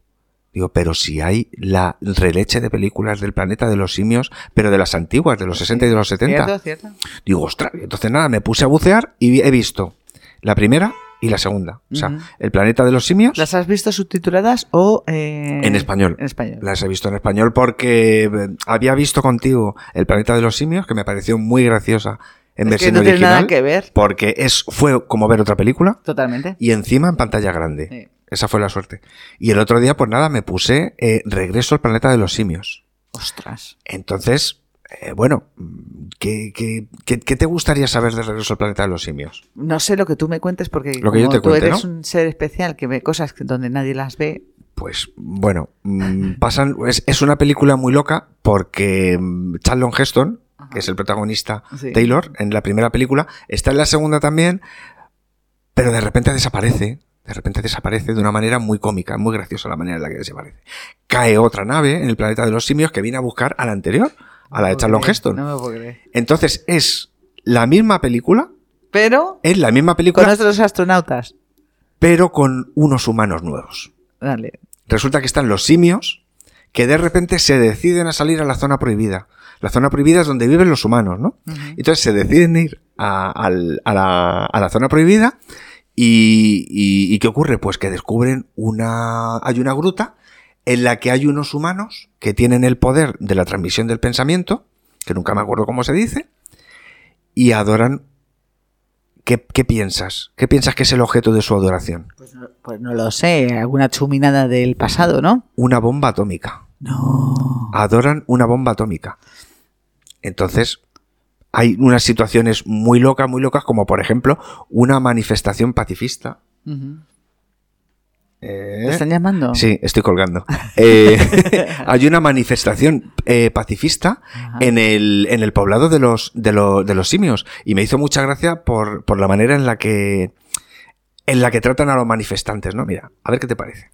Speaker 1: Digo, pero si hay la releche de películas del planeta de los simios, pero de las antiguas, de los 60 y de los 70.
Speaker 2: ¿Cierto? ¿Cierto?
Speaker 1: Digo, ostras, y entonces nada, me puse a bucear y vi- he visto la primera, y la segunda. O sea, El planeta de los simios.
Speaker 2: ¿Las has visto subtituladas o eh,
Speaker 1: En español.
Speaker 2: En español.
Speaker 1: Las he visto en español porque eh, había visto contigo El planeta de los simios, que me pareció muy graciosa en
Speaker 2: Es que
Speaker 1: versión
Speaker 2: no tiene
Speaker 1: original.
Speaker 2: nada que ver.
Speaker 1: Porque es, fue como ver otra película
Speaker 2: Totalmente.
Speaker 1: y encima en pantalla grande. Esa fue la suerte. Y el otro día, pues nada, me puse eh, Regreso al planeta de los simios.
Speaker 2: Ostras.
Speaker 1: Entonces, eh, bueno, mm, ¿qué, qué, qué, qué te gustaría saber de Regreso al planeta de los simios?
Speaker 2: No sé lo que tú me cuentes porque
Speaker 1: Lo que yo
Speaker 2: como
Speaker 1: te
Speaker 2: tú
Speaker 1: cuente,
Speaker 2: eres
Speaker 1: ¿no?
Speaker 2: un ser especial que ve cosas que- donde nadie las ve.
Speaker 1: Pues bueno, mm, pasan, es, es una película muy loca porque mm, Charlton Heston, que es el protagonista
Speaker 2: Sí.
Speaker 1: Taylor en la primera película, está en la segunda también, pero de repente desaparece. De repente desaparece de una manera muy cómica, muy graciosa la manera en la que desaparece. Cae otra nave en el planeta de los simios que viene a buscar a la anterior, a la de Charlton Heston.
Speaker 2: No me puedo creer.
Speaker 1: Entonces es la misma película,
Speaker 2: Pero
Speaker 1: es la misma película,
Speaker 2: con otros astronautas.
Speaker 1: pero con unos humanos nuevos.
Speaker 2: Dale.
Speaker 1: Resulta que están los simios que de repente se deciden a salir a la zona prohibida. La zona prohibida es donde viven los humanos, ¿no? Entonces se deciden ir a, al- a la, a la zona prohibida y, y- ¿y ¿qué ocurre? Pues que descubren una... hay una gruta en la que hay unos humanos que tienen el poder de la transmisión del pensamiento, que nunca me acuerdo cómo se dice, y adoran... ¿Qué, qué piensas? ¿Qué piensas que es el objeto de su adoración?
Speaker 2: Pues no lo sé, alguna chuminada del pasado, ¿no?
Speaker 1: una bomba atómica. No. Adoran una bomba atómica. Entonces, hay unas situaciones muy locas, muy locas, como por ejemplo una manifestación pacifista. Eh,
Speaker 2: ¿Te están llamando?
Speaker 1: Sí, estoy colgando. Eh, hay una manifestación eh, pacifista en el, en el poblado de los, de, lo- de los simios. Y me hizo mucha gracia por, por la manera en la que en la que tratan a los manifestantes, ¿no? Mira, a ver qué te parece.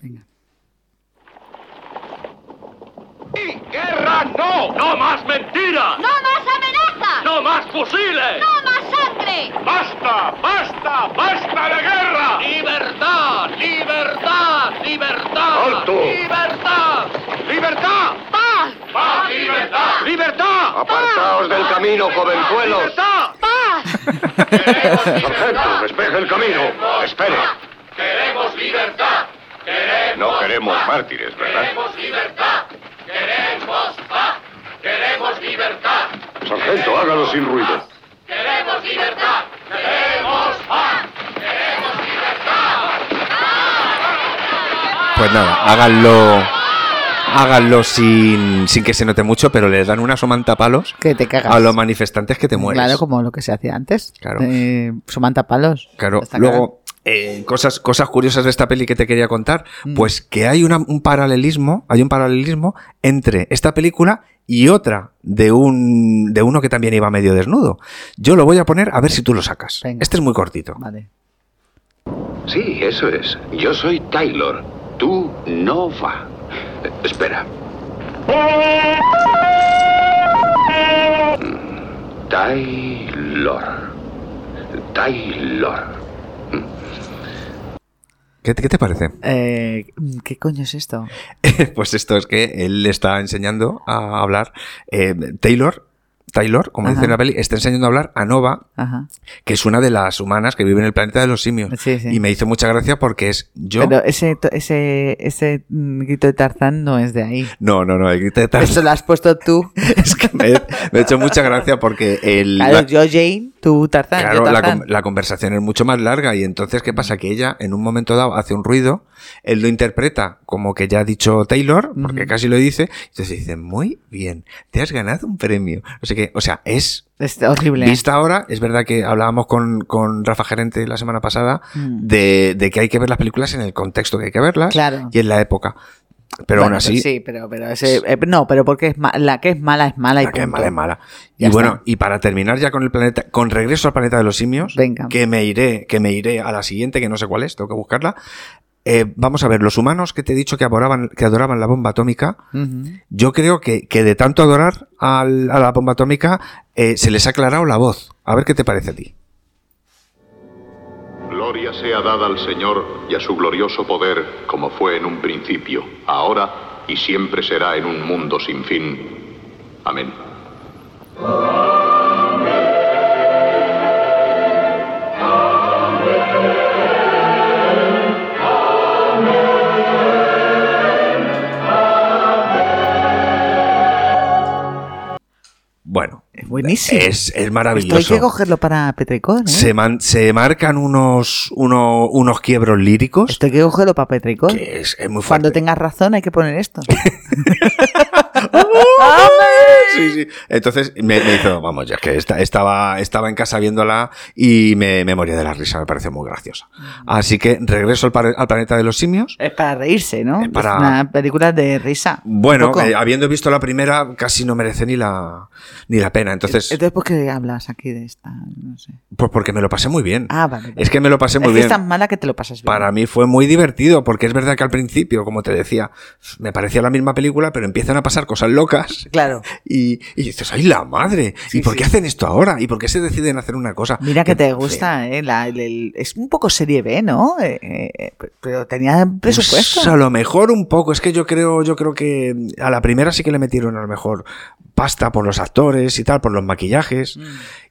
Speaker 19: ¡Guerra no! ¡No más mentiras! ¡No más amenazas! ¡No más fusiles! ¡No más sangre! ¡Basta! ¡Basta! ¡Basta de guerra! ¡Libertad! ¡Libertad! ¡Libertad! ¡Libertad! ¡Libertad! ¡Paz! ¡Paz! ¡Libertad! ¡Libertad!
Speaker 20: Apartaos del camino, jovenzuelos. Sargento, despeje el camino. Espere.
Speaker 19: ¡Queremos libertad!
Speaker 20: No queremos mártires, ¿verdad?
Speaker 19: libertad! ¡Queremos paz! ¡Queremos libertad!
Speaker 20: Sargento, hágalo sin ruido.
Speaker 19: ¡Queremos libertad! ¡Queremos paz!
Speaker 1: Pues nada, háganlo. Háganlo sin, sin que se note mucho, pero les dan una somanta palos
Speaker 2: Que te cagas.
Speaker 1: a los manifestantes que te mueres.
Speaker 2: Claro, como lo que se hacía antes.
Speaker 1: Claro.
Speaker 2: Eh, Somanta palos.
Speaker 1: Claro,
Speaker 2: Está
Speaker 1: luego, eh, cosas, cosas curiosas de esta peli que te quería contar,
Speaker 2: Mm.
Speaker 1: pues que hay una- un paralelismo, hay un paralelismo entre esta película y otra de un de uno que también iba medio desnudo. Yo lo voy a poner a ver si tú lo sacas. Este es muy cortito.
Speaker 2: Vale.
Speaker 21: Sí, eso es. Yo soy Taylor. Tú, Nova. Eh, espera. Mm, Taylor. Taylor.
Speaker 1: ¿Qué, te- qué te parece?
Speaker 2: Eh, ¿Qué coño es esto?
Speaker 1: pues esto es que él le está enseñando a hablar. eh, Taylor, Taylor, como
Speaker 2: Ajá.
Speaker 1: dice en la peli, está enseñando a hablar a Nova,
Speaker 2: Ajá.
Speaker 1: que es una de las humanas que vive en el planeta de los simios.
Speaker 2: sí.
Speaker 1: Y me hizo mucha gracia porque es yo.
Speaker 2: Pero ese, to- ese, ese mm, grito de Tarzán no es de ahí.
Speaker 1: No, no, no, el grito de Tarzán.
Speaker 2: Eso lo has puesto tú.
Speaker 1: es que me, me ha hecho mucha gracia porque el,
Speaker 2: Claro,
Speaker 1: la-
Speaker 2: yo Jane, tú Tarzán,
Speaker 1: claro,
Speaker 2: yo
Speaker 1: la,
Speaker 2: Tarzán.
Speaker 1: con- la conversación es mucho más larga y entonces ¿qué pasa? Que ella en un momento dado hace un ruido, él lo interpreta como que ya ha dicho Taylor, porque casi lo dice, entonces dice, muy bien, te has ganado un premio. O sea que, o sea, es...
Speaker 2: Es horrible.
Speaker 1: Vista ahora, es verdad que hablábamos con, con Rafa Gerente la semana pasada
Speaker 2: Mm.
Speaker 1: de, de que hay que ver las películas en el contexto que hay que verlas
Speaker 2: Claro.
Speaker 1: y en la época. Pero aún
Speaker 2: Bueno, pues
Speaker 1: así,
Speaker 2: Sí, pero, pero ese, eh, no, pero porque es ma- la que es mala es mala y
Speaker 1: La que es mala es mala.
Speaker 2: Ya
Speaker 1: y bueno,
Speaker 2: está.
Speaker 1: y para terminar ya con el planeta, con regreso al planeta de los simios, que me iré, que me iré a la siguiente, que no sé cuál es, tengo que buscarla. Eh, vamos a ver, los humanos que te he dicho que adoraban, que adoraban la bomba atómica, yo creo que, que de tanto adorar al- a la bomba atómica, eh, se les ha aclarado la voz. A ver qué te parece a ti.
Speaker 22: Gloria sea dada al Señor y a su glorioso poder, como fue en un principio, ahora y siempre será en un mundo sin fin. Amén.
Speaker 1: Bueno,
Speaker 2: Buenísimo.
Speaker 1: es, es maravilloso.
Speaker 2: Esto hay que cogerlo para Petricor, ¿eh?
Speaker 1: se, man- se marcan unos, uno- unos quiebros líricos.
Speaker 2: Esto hay que cogerlo para Petricor.
Speaker 1: que es, es muy fuerte.
Speaker 2: Cuando tengas razón hay que poner esto.
Speaker 1: Sí, sí. Entonces me, me hizo, vamos, ya que esta- estaba, estaba en casa viéndola y me, me moría de la risa, me pareció muy graciosa.
Speaker 2: Mm.
Speaker 1: Así que regreso al, par- al planeta de los simios.
Speaker 2: es para reírse, ¿no? Es
Speaker 1: para-
Speaker 2: una película de risa. un
Speaker 1: Bueno,
Speaker 2: poco.
Speaker 1: eh, habiendo visto la primera, casi no merece ni la, ni la pena. Entonces,
Speaker 2: Entonces, ¿por qué hablas aquí de esta? No sé.
Speaker 1: pues porque me lo pasé muy bien.
Speaker 2: Ah, vale. vale.
Speaker 1: Es que me lo pasé muy
Speaker 2: es
Speaker 1: bien.
Speaker 2: que es tan mala que te lo pasas bien.
Speaker 1: Para mí fue muy divertido, porque es verdad que al principio, como te decía, me parecía la misma película, pero empiezan a pasar cosas locas.
Speaker 2: Claro.
Speaker 1: Y, y dices, ¡ay, la madre! ¿Y por qué hacen esto ahora? ¿Y por qué se deciden hacer una cosa?
Speaker 2: Mira que te
Speaker 1: En
Speaker 2: gusta, ¿eh? La- el- el- es un poco serie B, ¿no? Eh, eh, eh, pero tenía presupuesto.
Speaker 1: Pues a lo mejor un poco, es que yo creo, yo creo que a la primera sí que le metieron a lo mejor pasta por los actores y tal, por los
Speaker 2: Mm.
Speaker 1: maquillajes.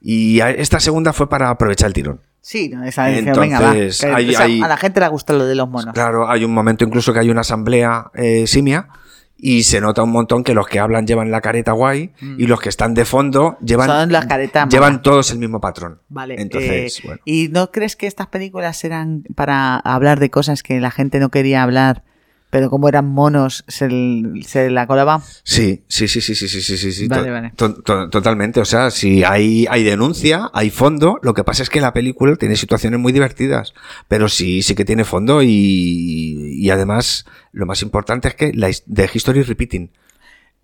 Speaker 1: Y a- esta segunda fue para aprovechar el tirón.
Speaker 2: Sí, no, esa dijeron, venga, va.
Speaker 1: Entonces,
Speaker 2: que-
Speaker 1: hay-
Speaker 2: o sea,
Speaker 1: hay-
Speaker 2: A la gente le gusta lo de los monos.
Speaker 1: Claro, hay un momento incluso que hay una asamblea eh, simia y se nota un montón que los que hablan llevan la careta guay y los que están de fondo llevan,
Speaker 2: Mm. Son las caretas
Speaker 1: llevan
Speaker 2: malas.
Speaker 1: todos el mismo patrón.
Speaker 2: Vale.
Speaker 1: Entonces,
Speaker 2: eh,
Speaker 1: bueno.
Speaker 2: ¿Y no crees que estas películas eran para hablar de cosas que la gente no quería hablar, pero como eran monos, se, l- se la colaban?
Speaker 1: Sí, sí, sí, sí, sí, sí, sí, sí, sí.
Speaker 2: Vale,
Speaker 1: to-
Speaker 2: vale.
Speaker 1: to- to- totalmente. O sea, si hay, hay denuncia, hay fondo, lo que pasa es que la película tiene situaciones muy divertidas, pero sí, sí que tiene fondo y, y además lo más importante es que la his- the history is repeating.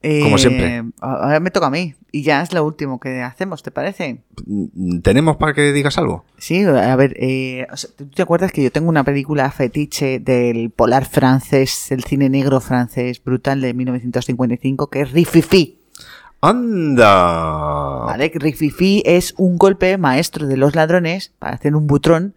Speaker 1: Como
Speaker 2: Eh,
Speaker 1: siempre.
Speaker 2: a- Ahora me toca a mí. Y ya es lo último que hacemos, ¿te parece?
Speaker 1: Mm, ¿Tenemos para que digas algo?
Speaker 2: Sí, a ver, eh, o sea, ¿tú te acuerdas que yo tengo una película fetiche del polar francés, el cine negro francés brutal de 1955, que es Rififi?
Speaker 1: ¡Anda!
Speaker 2: ¿Vale? Que Rififi es un golpe maestro de los ladrones para hacer un butrón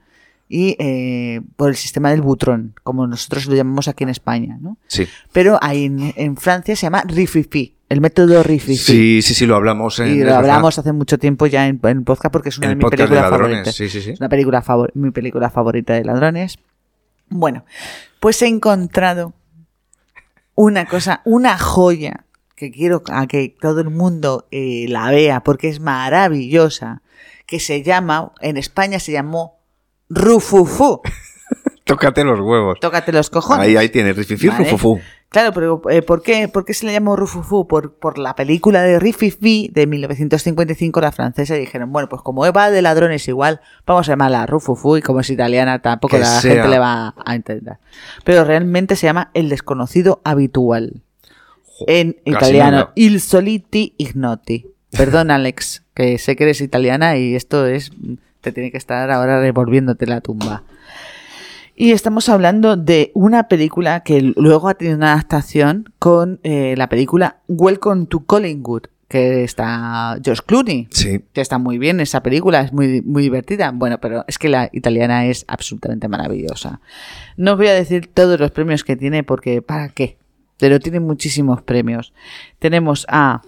Speaker 2: y eh, por el sistema del butrón, como nosotros lo llamamos aquí en España, ¿no?
Speaker 1: Sí.
Speaker 2: Pero ahí en, en Francia se llama Rififi, el método Rififi.
Speaker 1: Sí, sí, sí, lo hablamos en
Speaker 2: Y
Speaker 1: es
Speaker 2: lo
Speaker 1: verdad,
Speaker 2: hablamos hace mucho tiempo ya en, en podcast porque es una
Speaker 1: en
Speaker 2: de
Speaker 1: el
Speaker 2: mis
Speaker 1: podcast de
Speaker 2: películas
Speaker 1: ladrones.
Speaker 2: favoritas.
Speaker 1: Sí, sí, sí.
Speaker 2: Es una película favor mi película favorita de ladrones. Bueno, pues he encontrado una cosa, una joya que quiero a que todo el mundo eh, la vea porque es maravillosa, que se llama, en España se llamó Rufufu.
Speaker 1: Tócate los huevos.
Speaker 2: Tócate los cojones.
Speaker 1: Ahí, ahí tienes, rififi,
Speaker 2: Vale.
Speaker 1: rufufu.
Speaker 2: Claro, pero eh, ¿por, qué, ¿por qué se le llamó Rufufu? Por, por la película de Rififi de 1955, la francesa, y dijeron, bueno, pues como va de ladrones igual, vamos a llamarla Rufufu, y como es italiana tampoco
Speaker 1: Que
Speaker 2: la
Speaker 1: sea.
Speaker 2: gente le va a entender. Pero realmente se llama El desconocido habitual. en
Speaker 1: casi
Speaker 2: italiano,
Speaker 1: nada.
Speaker 2: Il soliti ignoti. Perdón, Alex, que sé que eres italiana y esto es... Te tiene que estar ahora revolviéndote la tumba. Y estamos hablando de una película que luego ha tenido una adaptación con eh, la película Welcome to Collingwood, que está George Clooney.
Speaker 1: Sí.
Speaker 2: Que está muy bien esa película, es muy, muy divertida. Bueno, pero es que la italiana es absolutamente maravillosa. No os voy a decir todos los premios que tiene porque ¿para qué? Pero tiene muchísimos premios. Tenemos a...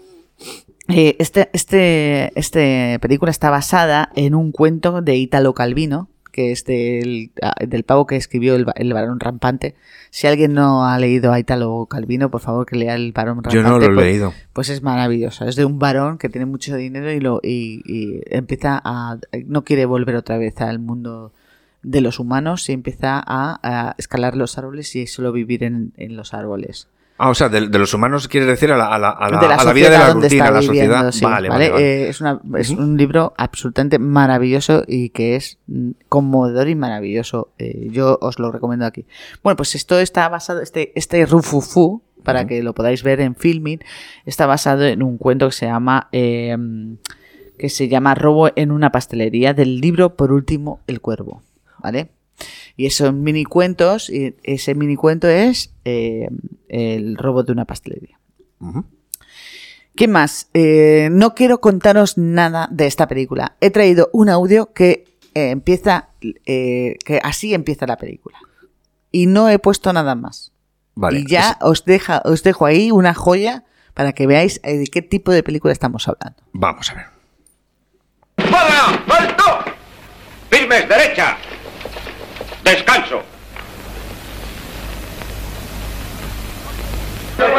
Speaker 2: eh, este, este, este película está basada en un cuento de Italo Calvino, que es del, ah, del pavo que escribió el, va- el varón rampante. Si alguien no ha leído a Italo Calvino, por favor que lea el varón rampante.
Speaker 1: Yo no lo he
Speaker 2: pues-
Speaker 1: leído.
Speaker 2: pues es maravillosa. Es de un varón que tiene mucho dinero y lo y, y empieza a no quiere volver otra vez al mundo de los humanos y empieza a, a escalar los árboles y solo vivir en, en los árboles.
Speaker 1: Ah, o sea, de, de los humanos quieres decir a la, a la, a la-
Speaker 2: De la
Speaker 1: a la vida de
Speaker 2: sociedad
Speaker 1: la
Speaker 2: donde
Speaker 1: rutina, a
Speaker 2: está
Speaker 1: la
Speaker 2: viviendo,
Speaker 1: sociedad.
Speaker 2: sí,
Speaker 1: vale, vale,
Speaker 2: ¿vale?
Speaker 1: vale.
Speaker 2: Eh, es una- es un libro absolutamente maravilloso y que es mm, conmovedor y maravilloso. Eh, yo os lo recomiendo aquí. Bueno, pues esto está basado, este, este Rufufu, para que lo podáis ver en filming, está basado en un cuento que se llama. eh, que se llama Robo en una pastelería, del libro Por último, El Cuervo. ¿Vale? Y esos mini cuentos, y ese mini cuento es eh, el robo de una pastelería. ¿Qué más? Eh, no quiero contaros nada de esta película. He traído un audio que eh, empieza, eh, que así empieza la película. Y no he puesto nada más.
Speaker 1: Vale,
Speaker 2: y ya os, deja, os dejo ahí una joya para que veáis eh, de qué tipo de película estamos hablando.
Speaker 1: Vamos a ver.
Speaker 19: ¡Para! ¡Alto! ¡Firmes, derecha! ¡Descanso! No, no,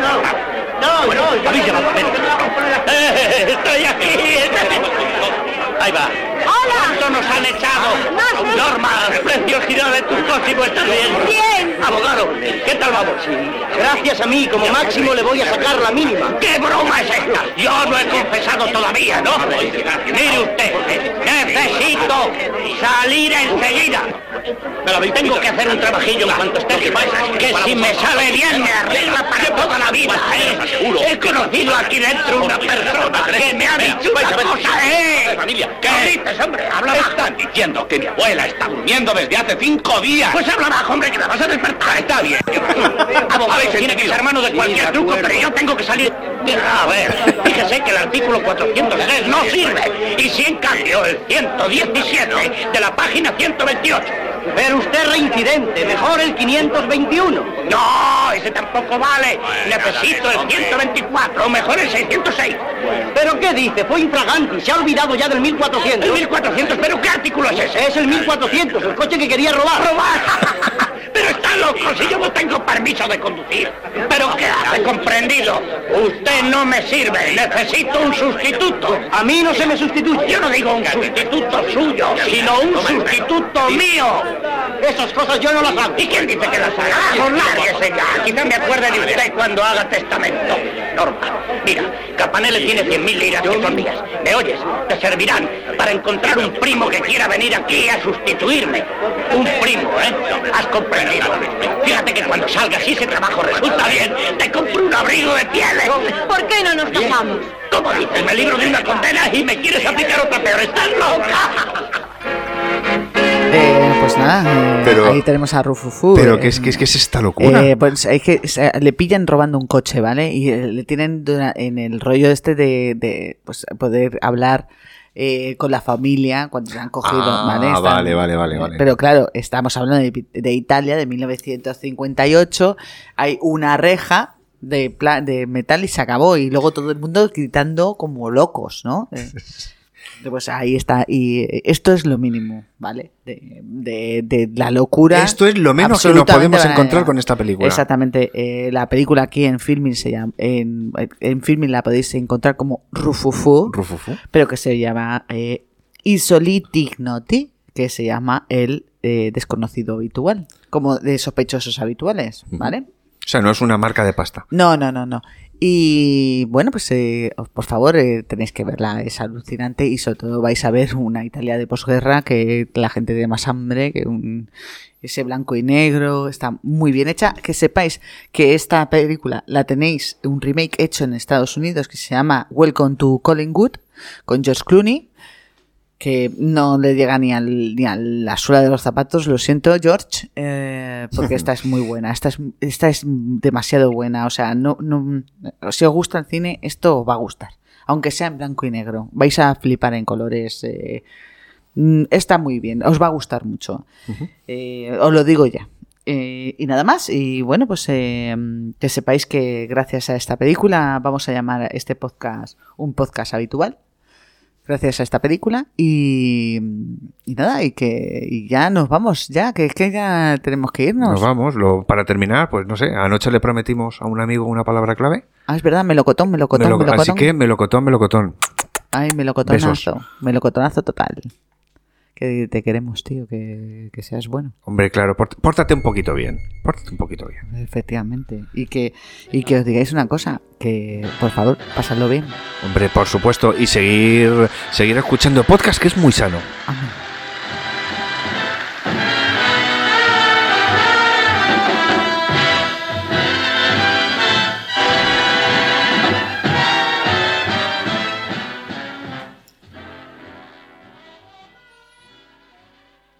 Speaker 19: no, no,
Speaker 3: ¡Cabilla, ¡Eh! ¡Estoy aquí! Ahí va. ¡Hola! ¿Cuánto nos han echado? Norma, preciosidad de tus próximos, ¿estás bien?
Speaker 4: Bien.
Speaker 3: Abogado, ¿qué tal vamos?
Speaker 4: Gracias a mí, como máximo le voy a sacar la mínima.
Speaker 3: ¿Qué broma es esta? Yo no he confesado todavía, ¿no? Mire usted, necesito salir enseguida. Tengo que hacer un trabajillo en cuanto esté libre. Que si me sale bien me arregla para toda la vida, ¿eh? He conocido aquí dentro una persona que me ha dicho una cosa, ¿eh? ¿Qué dices, hombre? Habla más. Están diciendo que mi abuela está durmiendo desde hace cinco días. Pues habla bajo, hombre, que la vas a despertar. Está bien. Abogado, tiene que ser hermano de cualquier truco, pero yo tengo que salir... A ver, fíjese que el artículo 403 no sirve. Y si en cambio el 117 de la página 128.
Speaker 4: Pero usted reincidente, mejor el 521.
Speaker 3: No, ese tampoco vale. Necesito el 124, o mejor el 606.
Speaker 4: ¿Pero qué dice? Fue infragante, se ha olvidado ya del 1400.
Speaker 3: ¿El 1400? ¿Pero qué artículo es ese?
Speaker 4: Es el 1400, el coche que quería robar.
Speaker 3: ¡Robar! Pero está loco, si yo no tengo permiso de conducir. ¿Pero qué hace, comprendido? Usted no me sirve, necesito un sustituto.
Speaker 4: A mí no se me sustituye.
Speaker 3: Yo no digo un sustituto suyo, sino un sustituto mío.
Speaker 4: Esas cosas yo no las hago. Ah,
Speaker 3: ¿Y quién dice que las haga? Pues Lárguese ya, quizá me acuerde de usted cuando haga testamento. Norma, mira, Capanele tiene 100.000 liras que son mías. ¿Me oyes? Te servirán para encontrar un primo que quiera venir aquí a sustituirme. Un primo, ¿eh? ¿Has comprendido? Fíjate que cuando salgas y ese trabajo resulta bien, te compro un abrigo de pieles.
Speaker 4: ¿Por qué no nos casamos?
Speaker 3: ¿Cómo dices? Me libro de una condena y me quieres aplicar otra peor. ¡Estás loca!
Speaker 2: Eh, pues nada, eh,
Speaker 1: Pero-
Speaker 2: ahí tenemos a Rufufu.
Speaker 1: Pero
Speaker 2: eh,
Speaker 1: que es, que es que es esta locura.
Speaker 2: Eh, pues es que se- le pillan robando un coche, ¿vale? Y eh, le tienen dura- en el rollo este de, de, pues, poder hablar eh, con la familia cuando se han cogido,
Speaker 1: Ah,
Speaker 2: ¿vale? Están-
Speaker 1: vale, vale, vale,
Speaker 2: eh,
Speaker 1: vale.
Speaker 2: Pero claro, estamos hablando de, de Italia de 1958. Hay una reja de, pla- de metal y se acabó. Y luego todo el mundo gritando como locos, ¿no? Eh, Pues ahí está, y eh, esto es lo mínimo, ¿vale? De, de- de la locura.
Speaker 1: Esto es lo menos que nos
Speaker 2: absolutamente
Speaker 1: podemos
Speaker 2: banal.
Speaker 1: encontrar con esta película.
Speaker 2: Exactamente. Eh, la película aquí en Filming se llama, en, en Filming la podéis encontrar como Rufufu,
Speaker 1: Rufufu.
Speaker 2: pero que se llama eh, Isoli Dignoti, que se llama el eh, desconocido habitual, como de sospechosos habituales, ¿vale?
Speaker 1: O sea, no es una marca de pasta.
Speaker 2: No, no, no, no. Y bueno, pues eh, os- por favor eh, tenéis que verla, es alucinante y sobre todo vais a ver una Italia de posguerra que la gente tiene más hambre, que un- ese blanco y negro está muy bien hecha. Que sepáis que esta película la tenéis un remake hecho en Estados Unidos que se llama Welcome to Collingwood con George Clooney que no le llega ni, al, ni a la suela de los zapatos, lo siento George, eh, porque esta es muy buena, esta es, esta es demasiado buena, o sea, no, no, si os gusta el cine, esto os va a gustar, aunque sea en blanco y negro, vais a flipar en colores, eh, mm, está muy bien, os va a gustar mucho, Eh, os lo digo ya. Eh, y nada más, y bueno, pues eh, que sepáis que gracias a esta película vamos a llamar a este podcast un podcast habitual gracias a esta película y, y nada, y que y ya nos vamos, ya, que es que ya tenemos que irnos.
Speaker 1: Nos vamos. Lo, para terminar, pues no sé, anoche le prometimos a un amigo una palabra clave.
Speaker 2: Ah, es verdad, melocotón, melocotón,
Speaker 1: Melo-
Speaker 2: melocotón.
Speaker 1: así que melocotón, melocotón.
Speaker 2: Ay, melocotonazo, melocotonazo total. Que te queremos, tío, que, que seas bueno,
Speaker 1: Hombre, claro, pórt- pórtate un poquito bien. Pórtate un poquito bien.
Speaker 2: efectivamente. Y que, y que os digáis una cosa, que por favor, pasadlo bien.
Speaker 1: Hombre, por supuesto. Y seguir, seguir escuchando podcast, que es muy sano.
Speaker 2: Amén.